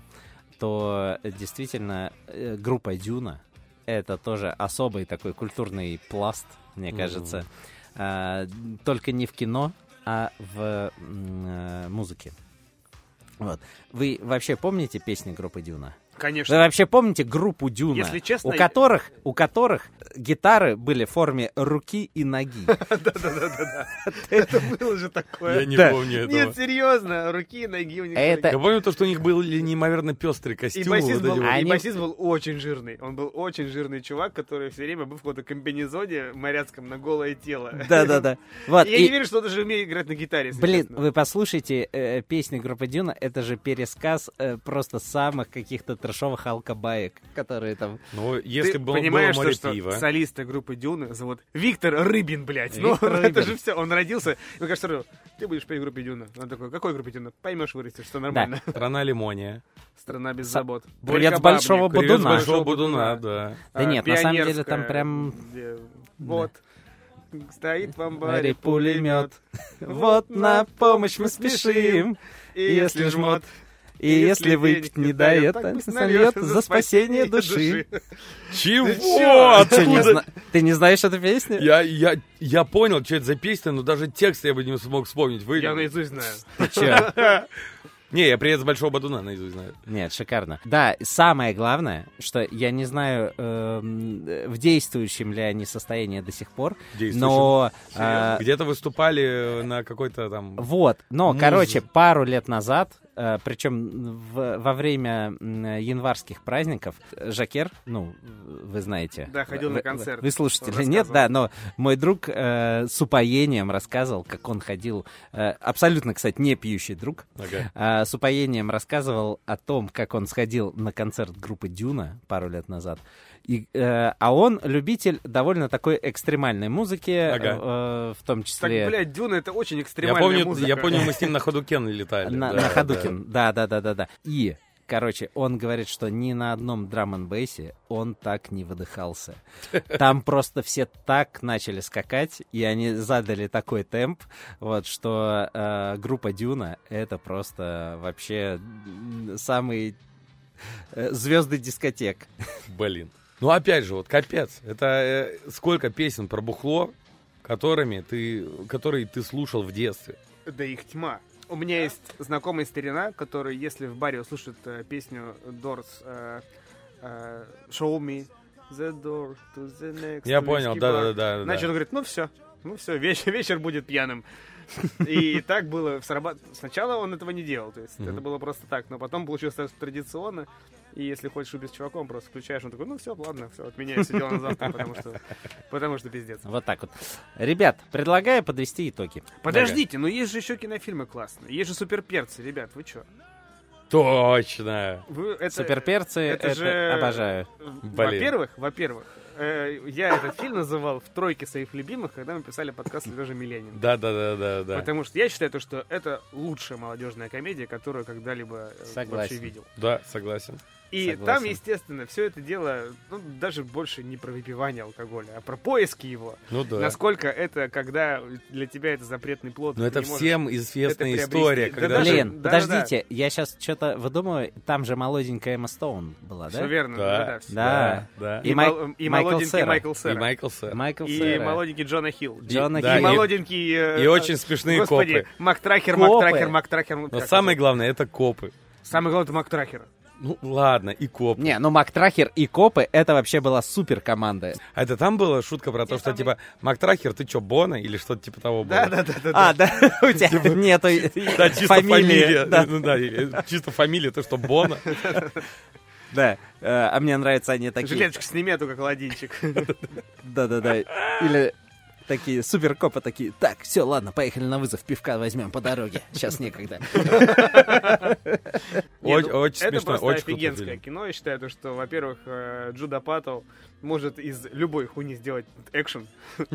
A: то э, действительно э, группа Дюна — это тоже особый такой культурный пласт, мне
B: Мгм.
A: кажется. Э, Только не в кино, а в м, э, музыке. Вот. Вы вообще помните песни группы Дюна? Вы
C: Конечно.
A: вообще помните группу Дюна,
C: Если честно,
A: у
C: я-
A: которых, у которых гитары были в форме руки и ноги?
C: Это было же такое.
B: Я не
A: Да.
B: помню этого.
C: Нет, серьезно, руки и ноги у них.
A: Это-
B: Я помню то, что у них были неимоверно пестрые
C: И
B: костюмы.
C: басист,
B: вот эти
C: был,
B: вот.
C: и
A: Они-
C: басист был очень жирный. Он был очень жирный чувак, который все время был в каком-то комбинезоне моряцком на голое тело.
A: Да-да-да. Вот.
C: И Я не
A: и-
C: верю, что он даже умеет играть на гитаре. если
A: Блин,
C: честно.
A: вы послушайте э, песни группы Дюна, это же пересказ э, просто самых каких-то трешовых алкобаек, которые там...
B: Ну,
C: Ты
B: если бы он было
C: понимаешь,
B: море
C: что, что
B: пива.
C: солиста группы Дюны зовут Виктор Рыбин, блядь.
A: Виктор
C: ну, это
A: Рыбин.
C: же все. Он родился. Ну, кажется, Ру, ты будешь петь в группе Дюна. Он такой, какой группе Дюна? Поймешь, вырастешь, что нормально.
B: Страна лимония.
C: Страна без
A: Са-
C: забот.
A: Привет
C: Борька
A: с большого
C: Бабник.
A: Будуна.
B: Привет с большого
C: Большого
B: будуна, да.
A: Да
C: А,
A: нет, на самом деле там
C: пионерская,
A: прям...
C: где- Вот. Стоит в амбаре
A: Баре
C: пулемет.
A: пулемет, вот на помощь мы спешим,
C: И
A: если жмот, и если
C: денег
A: выпить не дает,
C: так пусть
A: сольет
C: нальёт
A: за спасение души. А
B: Чего?
A: Ты не,
B: Откуда?
A: зна- ты не знаешь эту песню?
B: Я, я, я понял, что это за песня, но даже текст я бы не смог вспомнить. Вы...
C: Я наизусть знаю.
A: Ты чё?
B: Не, я привет с Большого Бадуна наизусть знаю.
A: Нет, шикарно. Да, самое главное, что я не знаю, эм, э, в действующем ли они состоянии до сих пор, но... э,
B: Где-то выступали на какой-то там...
A: Вот, но,
B: Музы.
A: короче, пару лет назад, причем во время м, э, январских праздников, э, Жакер, ну, в- вы знаете.
C: Да, ходил
A: Вы-
C: на
A: вы-
C: концерт.
A: Вы слушаете
C: Он
A: или нет,
C: рассказывал.
A: да, но мой друг э, с упоением рассказывал, как он ходил, э, абсолютно, кстати, не пьющий друг,
B: Ага.
A: а, с упоением рассказывал о том, как он сходил на концерт группы Дюна пару лет назад. И, э, а он любитель довольно такой экстремальной музыки,
B: Ага.
A: э, в том
C: Так,
A: числе...
C: блядь, Дюна это очень
B: Я
C: экстремальная
B: помню,
C: музыка.
B: я помню, мы с ним на Ходукен летали.
A: на,
B: да,
A: на
B: да.
A: Хадукин. Да, да, да, да, да. И, короче, он говорит, что ни на одном драм н бейсе он так не выдыхался. Там просто все так начали скакать, и они задали такой темп, вот, что э, группа Дюна — это просто вообще м, самый э, звезды дискотек.
B: Блин. Ну, опять же, вот капец. Это э, сколько песен пробухло, которыми ты, которые ты слушал в детстве.
C: Да их тьма. У меня есть знакомая старина, который, если в баре услышит э, песню Doors э, э, Show Me The Door to the Next
B: Я
C: whiskey
B: понял,
C: bar».
B: да-да-да.
C: Значит, он говорит, ну все, ну все, вечер, вечер будет пьяным. И так было. в Сараба- Сначала он этого не делал, то есть
B: Мгм.
C: это было просто так, но потом получилось так традиционно. И если хочешь убить с чуваком, просто включаешь, он такой, ну все, ладно, все, отменяю все дела на завтра, потому что, потому что пиздец.
A: Вот так вот. Ребят, предлагаю подвести итоги.
C: Подождите, но есть же еще кинофильмы классные, есть же суперперцы, ребят, вы чё?
B: Точно.
C: Вы это-
A: Суперперцы,
C: это
A: это,
C: же-
A: обожаю.
B: Блин.
C: Во-первых, во-первых, э, я этот фильм называл в тройке своих любимых, когда мы писали подкаст Лежа Миленин.
B: Да-да-да-да-да.
C: Потому что я считаю, то, что это лучшая молодежная комедия, которую когда-либо э,
A: Согласен.
C: вообще видел.
B: Да, согласен.
C: И
A: Согласен.
C: там, естественно, все это дело, ну, даже больше не про выпивание алкоголя, а про поиски его.
B: Ну да.
C: Насколько это, когда для тебя это запретный плод.
B: Но
C: ты
B: Ну, это
C: не можешь-
B: всем известная
C: это
B: история,
C: приобрести. Да
B: когда
C: даже-
B: же-
A: Блин,
C: да-да-да.
A: подождите, я сейчас что-то выдумываю. Там же молоденькая Эмма Стоун была,
C: Всё
A: да?
C: верно,
B: Да.
C: да, да, всё.
A: Да.
B: да.
C: И,
A: И Май-
C: мол- и
A: Майкл
C: молоденький
A: Сера.
C: Майкл
B: И
C: Сера.
B: Майкл Сэр.
A: Майкл
C: И
A: Сера.
C: молоденький Джона Хилл.
A: Джона
B: Да,
C: и
A: Хилла.
C: молоденький... э,
B: И очень смешные
C: Господи,
B: копы.
C: Мактрахер,
A: Копы.
C: Мактрахер, Мактрахер.
B: Но
C: как
B: самое
C: это?
B: главное, это копы.
C: Самое главное, это Мактрахер.
B: Ну ладно, и копы.
A: Не, ну Мактрахер и Копы это вообще была супер команда.
B: А это там была шутка про то, что типа Мактрахер, ты чё, Бона? Или что-то типа того было?
A: А, да, у тебя нету
B: Да,
A: фамилии.
B: чисто фамилия.
A: Да,
B: Ну да, и- чисто фамилия, то, что Бона.
A: да. Э, А мне нравятся они такие.
C: Жилеточку сними, а то как ладинчик.
A: Да-да-да. Или такие супер копы такие. Так, все, ладно, поехали на вызов, пивка возьмем по дороге. Сейчас некогда.
C: Не,
B: Очень
C: ну,
B: очень
C: Это
B: смешно,
C: просто
B: очень круто.
C: офигенское
B: сделано.
C: кино. Я считаю, то, что, во-первых, э, Джуда Паттл может из любой хуйни сделать экшен.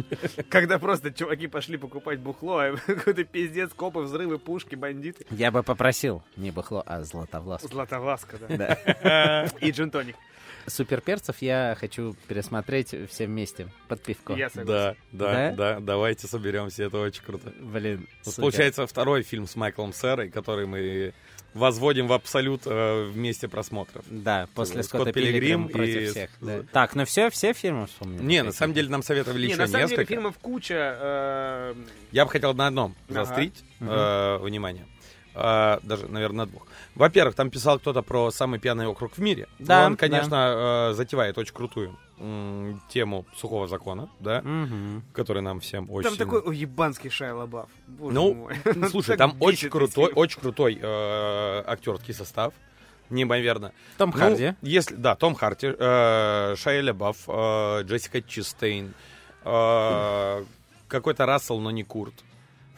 C: Когда просто чуваки пошли покупать бухло, а какой-то пиздец, копы, взрывы, пушки, бандиты.
A: Я бы попросил не Бахло, а Златовласку.
C: Златовласка, да.
A: Да.
C: И джинтоник.
A: Суперперцев я хочу пересмотреть все вместе под пивко.
C: Я согласен.
B: Да, да,
A: Да?
B: да, давайте соберемся, это очень круто. Ну,
A: Блин,
B: Вот
A: супер.
B: Получается, второй фильм с Майклом Серой, который мы возводим в абсолют э, э, вместе просмотров.
A: Да, после
B: э, Скотт
A: Скотта, Пилигрима
B: Пилигрим
A: против
B: и-
A: всех. да. Так, ну все, все фильмы вспомнили?
B: Не, на самом деле нам советовали
C: Не,
B: еще
C: на самом
B: несколько.
C: деле фильмов куча. э,
B: Я бы хотел на одном
C: Ага.
B: заострить э, внимание. Э, даже, наверное, на двух. Во-первых, там писал кто-то про самый пьяный округ в мире.
A: Да,
B: Он, конечно, э, затевает очень крутую м, тему сухого закона, да,
A: Мгм.
B: который нам всем очень...
C: Там такой о, ебанский Шайа Лабаф. Боже
B: Ну,
C: мой.
B: слушай,
C: Так
B: там
C: бесит
B: очень
C: весь
B: крутой,
C: фильм.
B: очень крутой э, актерский состав. Неимоверно.
A: Том
B: Ну,
A: Харди.
B: если, да, Том Харди, э, Шайя Лебаф, э, Джессика Чистейн, э, какой-то Рассел, но не Курт.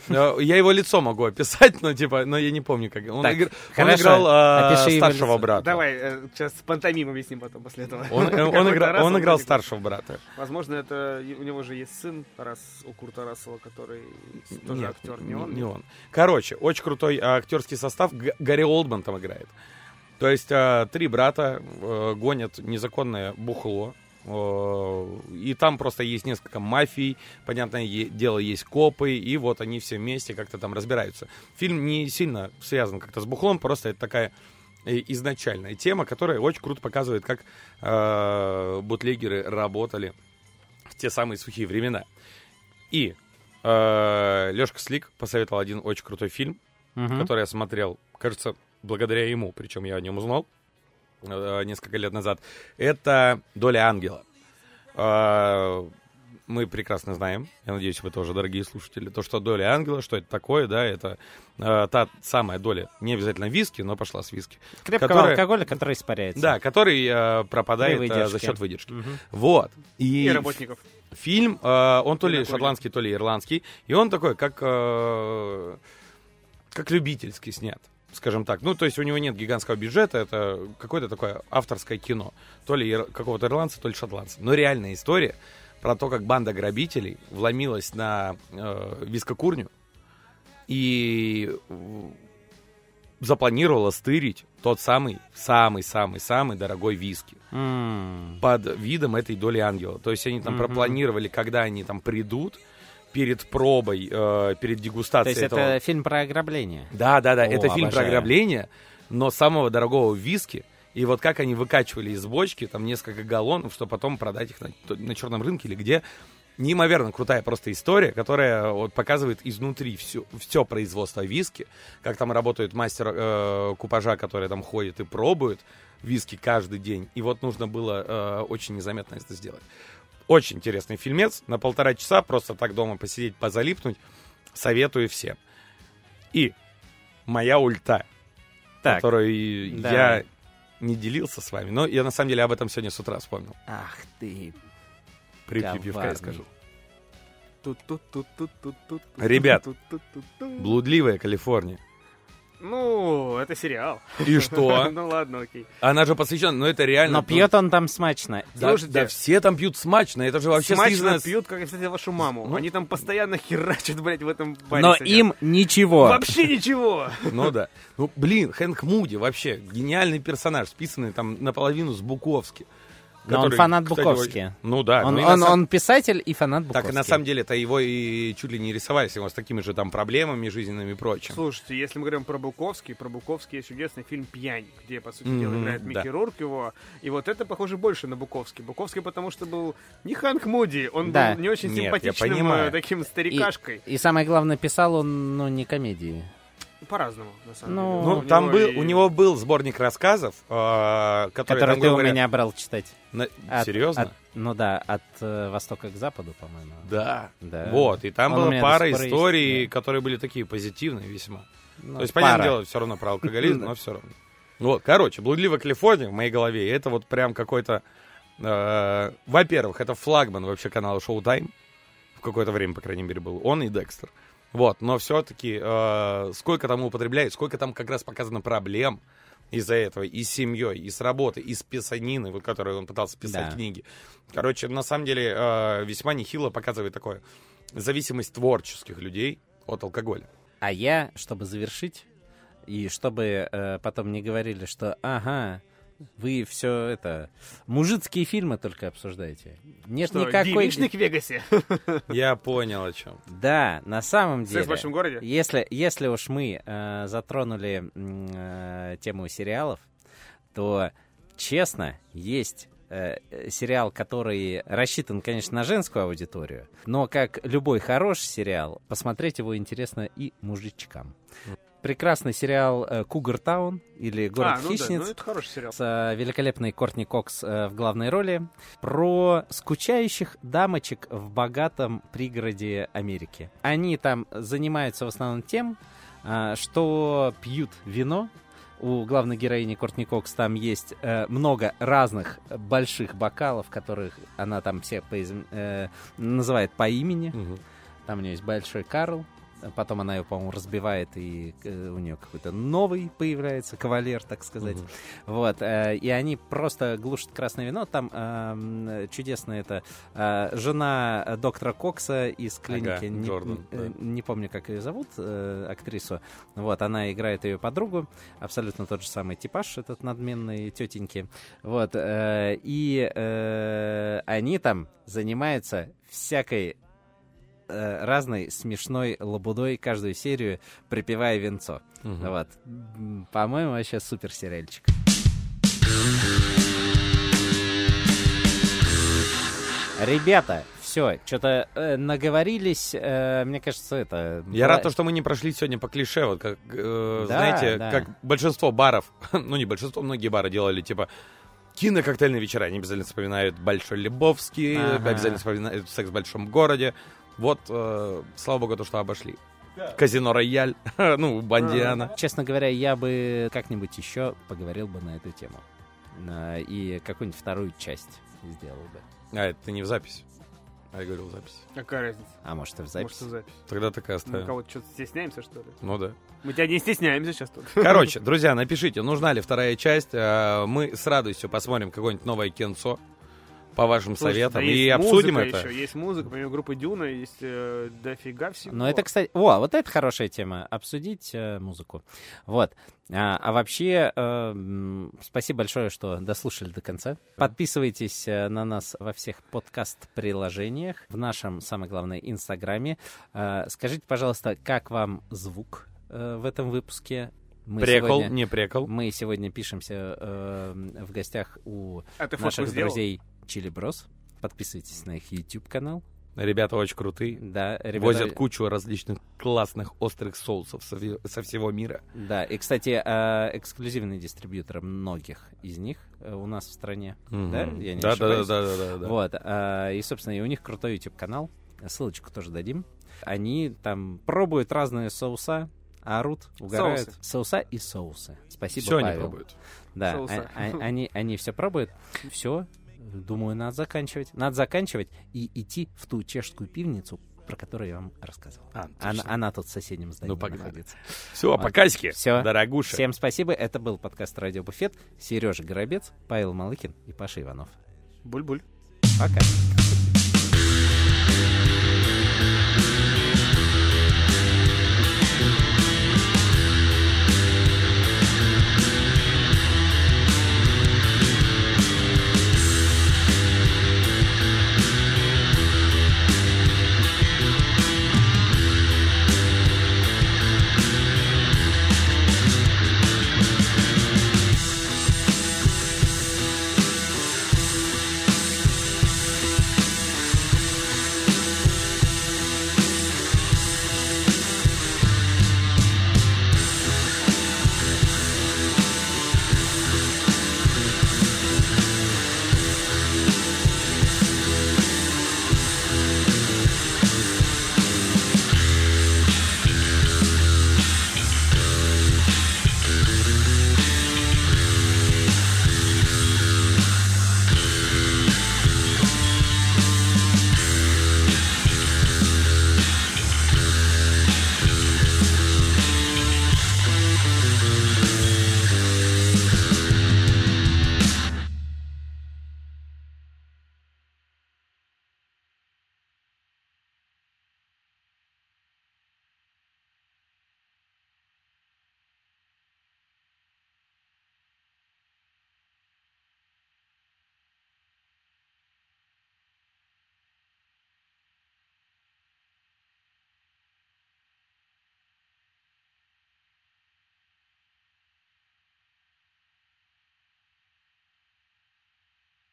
B: Э, Я его лицо могу описать, но типа, но я не помню, как он,
A: Так,
B: игр- он
A: хорошо,
B: играл э,
A: опиши его
B: старшего
A: лицо.
B: брата.
C: Давай, э, сейчас пантомим объясним потом после этого.
B: Он, э, он
C: Какой-то
B: игра-
C: Рассел
B: он играл
C: вроде бы.
B: старшего брата.
C: Возможно, это и- у него же есть сын раз у Курта Рассела, который тоже
B: Нет,
C: актер, не он.
B: Не он. Короче, очень крутой а, актерский состав. Г- Гарри Олдман там играет. То есть а, три брата э, гонят незаконное бухло. Э, И там просто есть несколько мафий, понятное е- дело, есть копы, и вот они все вместе как-то там разбираются. Фильм не сильно связан как-то с бухлом, просто это такая э, изначальная тема, которая очень круто показывает, как э, бутлегеры работали в те самые сухие времена. И Лешка Э, Слик посоветовал один очень крутой фильм,
A: Мгм.
B: который я смотрел, кажется, благодаря ему, причем я о нем узнал э, несколько лет назад. Это «Доля ангела». Э, Мы прекрасно знаем, я надеюсь, вы тоже, дорогие слушатели, то, что «Доля ангела», что это такое, да, это э, та самая доля, не обязательно виски, но пошла с виски.
A: Крепкого
B: который-
A: алкоголя, который испаряется.
B: Да, который э, пропадает
A: При
B: э, за
A: выдержке.
B: счет выдержки.
A: Мгм.
B: Вот. И,
C: И работников.
B: фильм, э, он то
C: И
B: ли
C: на коле.
B: шотландский, то ли ирландский, и он такой, как, э, как любительский снят, скажем так. Ну, то есть у него нет гигантского бюджета, это какое-то такое авторское кино, то ли ир- какого-то ирландца, то ли шотландца. Но реальная история про то, как банда грабителей вломилась на э, вискокурню и м, запланировала стырить тот самый, самый-самый-самый дорогой виски
A: М.
B: под видом этой доли ангела. То есть они там
A: Мгм.
B: пропланировали, когда они там придут перед пробой, э, перед дегустацией
A: То есть
B: этого.
A: это фильм про ограбление.
B: Да, да, да.
A: О,
B: это фильм про
A: обожаю.
B: ограбление, но самого дорогого виски. И вот как они выкачивали из бочки там несколько галлонов, чтобы потом продать их на, то- на черном рынке или где. Неимоверно крутая просто история, которая вот показывает изнутри все, все производство виски, как там работают мастер э, купажа, которые там ходят и пробуют виски каждый день. И вот нужно было э, очень незаметно это сделать. Очень интересный фильмец. На полтора часа просто так дома посидеть, позалипнуть. Советую всем. И моя ульта,
A: Так.
B: которую
A: давай.
B: я не делился с вами, но я на самом деле об этом сегодня с утра вспомнил.
A: Ах ты.
B: При
A: Коварный.
B: пивка я скажу.
C: Тут-тут-тут-тут-тут-тут.
B: Ребят.
C: Тут-тут-тут-тут.
B: Блудливая Калифорния.
C: Ну, это сериал.
B: И что?
C: Ну ладно, окей.
B: Она же посвящена, но это реально... ну,
A: Но пьет он там смачно.
B: Да,
C: Слушайте.
B: да все там пьют смачно, это же вообще
C: Смачно
B: слизанная с-
C: пьют, как, кстати, вашу маму.
B: А Ну.
C: Они там постоянно херачат, блядь, в этом баре
A: Но
C: сидят.
A: им ничего.
C: Вообще ничего.
B: Ну да. Ну блин, Хэнк Муди вообще гениальный персонаж, списанный там наполовину с Буковски.
A: Но он
B: Который,
A: фанат
B: кстати,
A: Буковски.
B: очень- Ну да.
A: он,
B: ну и на
A: он-
B: самом-
A: он писатель и фанат Буковски.
B: Ну, Так и на самом деле это его и чуть ли не рисовали, с- с такими же там проблемами жизненными и прочим.
C: Слушайте, если мы говорим про Буковский, про Буковский есть чудесный фильм «Пьянь», где, по сути
B: Мгм,
C: дела, играет
B: да.
C: Микки Рурк его. И вот это похоже больше на Буковский. Буковский потому что был не Ханк Муди, он
A: Да.
C: был не очень
B: Нет, я
C: симпатичным
B: понимаю.
C: э, таким старикашкой.
A: И самое главное, писал он, ну, не комедии.
C: По-разному, на самом
A: Ну,
C: деле.
B: Ну,
C: у
B: там был,
C: и-
B: у него был сборник рассказов, э, который,
A: Который
B: там
A: ты у
B: говорят-
A: меня брал читать.
B: На-
A: От-
B: Серьезно?
A: от- ну да, от э, востока к западу, по-моему.
B: Да.
A: Да.
B: Вот, и там
A: Он у
B: была
A: меня до
B: пара
A: сих пор есть,
B: историй,
A: да.
B: которые были такие позитивные весьма.
A: Ну,
B: То есть, понятное
A: пара.
B: дело, все равно про алкоголизм, но все равно. Вот, короче, «Блудливая Калифорния» в моей голове, это вот прям какой-то... э, во-первых, это флагман вообще канала «Шоутайм». В какое-то время, по крайней мере, был. Он и «Декстер». Вот, но все-таки сколько там употребляют, сколько там как раз показано проблем из-за этого, и с семьей, и с работы, и с писанины, вот которой он пытался писать
A: Да.
B: книги. Короче, на самом деле э, весьма нехило показывает такое зависимость творческих людей от алкоголя.
A: А я, чтобы завершить, и чтобы э, потом не говорили, что ага, вы все это мужицкие фильмы только обсуждаете. Нет
C: Что,
A: никакой.
C: девичник в Вегасе?
B: Я понял о чем.
A: Да, на самом деле.
C: Секс в большом городе?
A: Если, если уж мы э, затронули м, э, тему сериалов, то, честно, есть э, э, сериал, который рассчитан, конечно, на женскую аудиторию, но как любой хороший сериал, посмотреть его интересно и мужичкам. Прекрасный сериал э, «Кугар Таун» или «Город
C: а, ну да,
A: хищниц»
C: ну это хороший сериал.
A: с э, великолепной Кортни Кокс э, в главной роли про скучающих дамочек в богатом пригороде Америки. Они там занимаются в основном тем, а, что пьют вино. У главной героини Кортни Кокс там есть э, много разных больших бокалов, которых она там всех поизм- э, называет по имени. Там у нее есть большой Карл. Потом она ее, по-моему, разбивает, и э, у нее какой-то новый появляется, кавалер, так сказать. Вот, э, и они просто глушат красное вино. Там эм, чудесно это э, жена э, доктора Кокса из клиники,
B: Ага,
A: не,
B: Джордан,
A: э, не помню, как ее зовут, э, актрису. Вот, она играет ее подругу, абсолютно тот же самый типаж этот надменный тетеньки. Вот, э, и э, они там занимаются всякой э, разной смешной лабудой каждую серию, припевая венцо. Ну Вот. М, По-моему, вообще супер сериальчик. Ребята, все, что-то наговорились, э, мне кажется, это...
B: Я
A: была-
B: рад, то, что мы не прошли сегодня по клише, вот как, э,
A: Да,
B: знаете,
A: да.
B: как большинство баров, ну не большинство, многие бары делали, типа, кинококтейльные вечера, они обязательно вспоминают Большой Лебовский,
A: Ага.
B: обязательно вспоминают секс в большом городе. Вот, э, слава богу, то, что обошли. Казино Рояль, ну, Бандиана.
A: Честно говоря, я бы как-нибудь еще поговорил бы на эту тему. На- И какую-нибудь вторую часть сделал бы.
B: А, это ты не в запись. А я говорил в запись.
C: Какая разница?
A: А может и в
C: Может,
A: записи.
C: и запись.
B: Тогда
A: Ну,
B: такая
C: Мы
B: оставим.
C: кого-то что-то стесняемся, что ли?
B: Ну да.
C: Мы тебя не стесняемся сейчас тут.
B: Короче, друзья, напишите, нужна ли вторая часть. Э, Мы с радостью посмотрим какое-нибудь новое кинцо по вашим
C: Слушайте,
B: советам
C: да
B: и
C: есть
B: обсудим
C: музыка
B: это.
C: Еще. Есть музыка, помимо группы Дюна, есть э, дофига всего.
A: Но это, кстати, о, вот это хорошая тема, обсудить э, музыку. Вот. А, а вообще, э, м, спасибо большое, что дослушали до конца. Подписывайтесь э, на нас во всех подкаст-приложениях, в нашем, самое главное, Инстаграме. Э, скажите, пожалуйста, как вам звук э, в этом выпуске? Мы
B: Прекол,
A: сегодня-
B: не прекол.
A: Мы сегодня пишемся э, в гостях у
C: А ты фотку
A: наших
C: сделал?
A: друзей Чили Брос. Подписывайтесь на их YouTube канал.
B: Ребята очень крутые.
A: Да, ребята, э,
B: Возят кучу различных классных острых соусов со, ве- со всего мира.
A: Да, и, кстати, э, эксклюзивный дистрибьютор многих из них э, у нас в стране. Да? Я не
B: да, да, да,
A: ошибаюсь?
B: да, да, да.
A: Вот. э, И, собственно, и у них крутой YouTube-канал. Ссылочку тоже дадим. Они там пробуют разные соуса, орут, угорают.
C: Соусы.
A: Соуса и соусы. Спасибо,
B: Все они
A: типа Павел.
B: пробуют.
A: Да,
C: Соуса.
A: а- а- они, они все пробуют. Все, думаю, надо заканчивать. Надо заканчивать и идти в ту чешскую пивницу, про которую я вам рассказывал.
B: А,
A: Она, она тут в соседнем здании
B: Ну, погнали.
A: находится.
B: Все,
A: Вот.
B: покасики,
A: Всё.
B: дорогуша.
A: Всем спасибо. Это был подкаст «Радио Буфет». Сережа Горобец, Павел Малыкин и Паша Иванов.
C: Буль-буль.
A: Пока.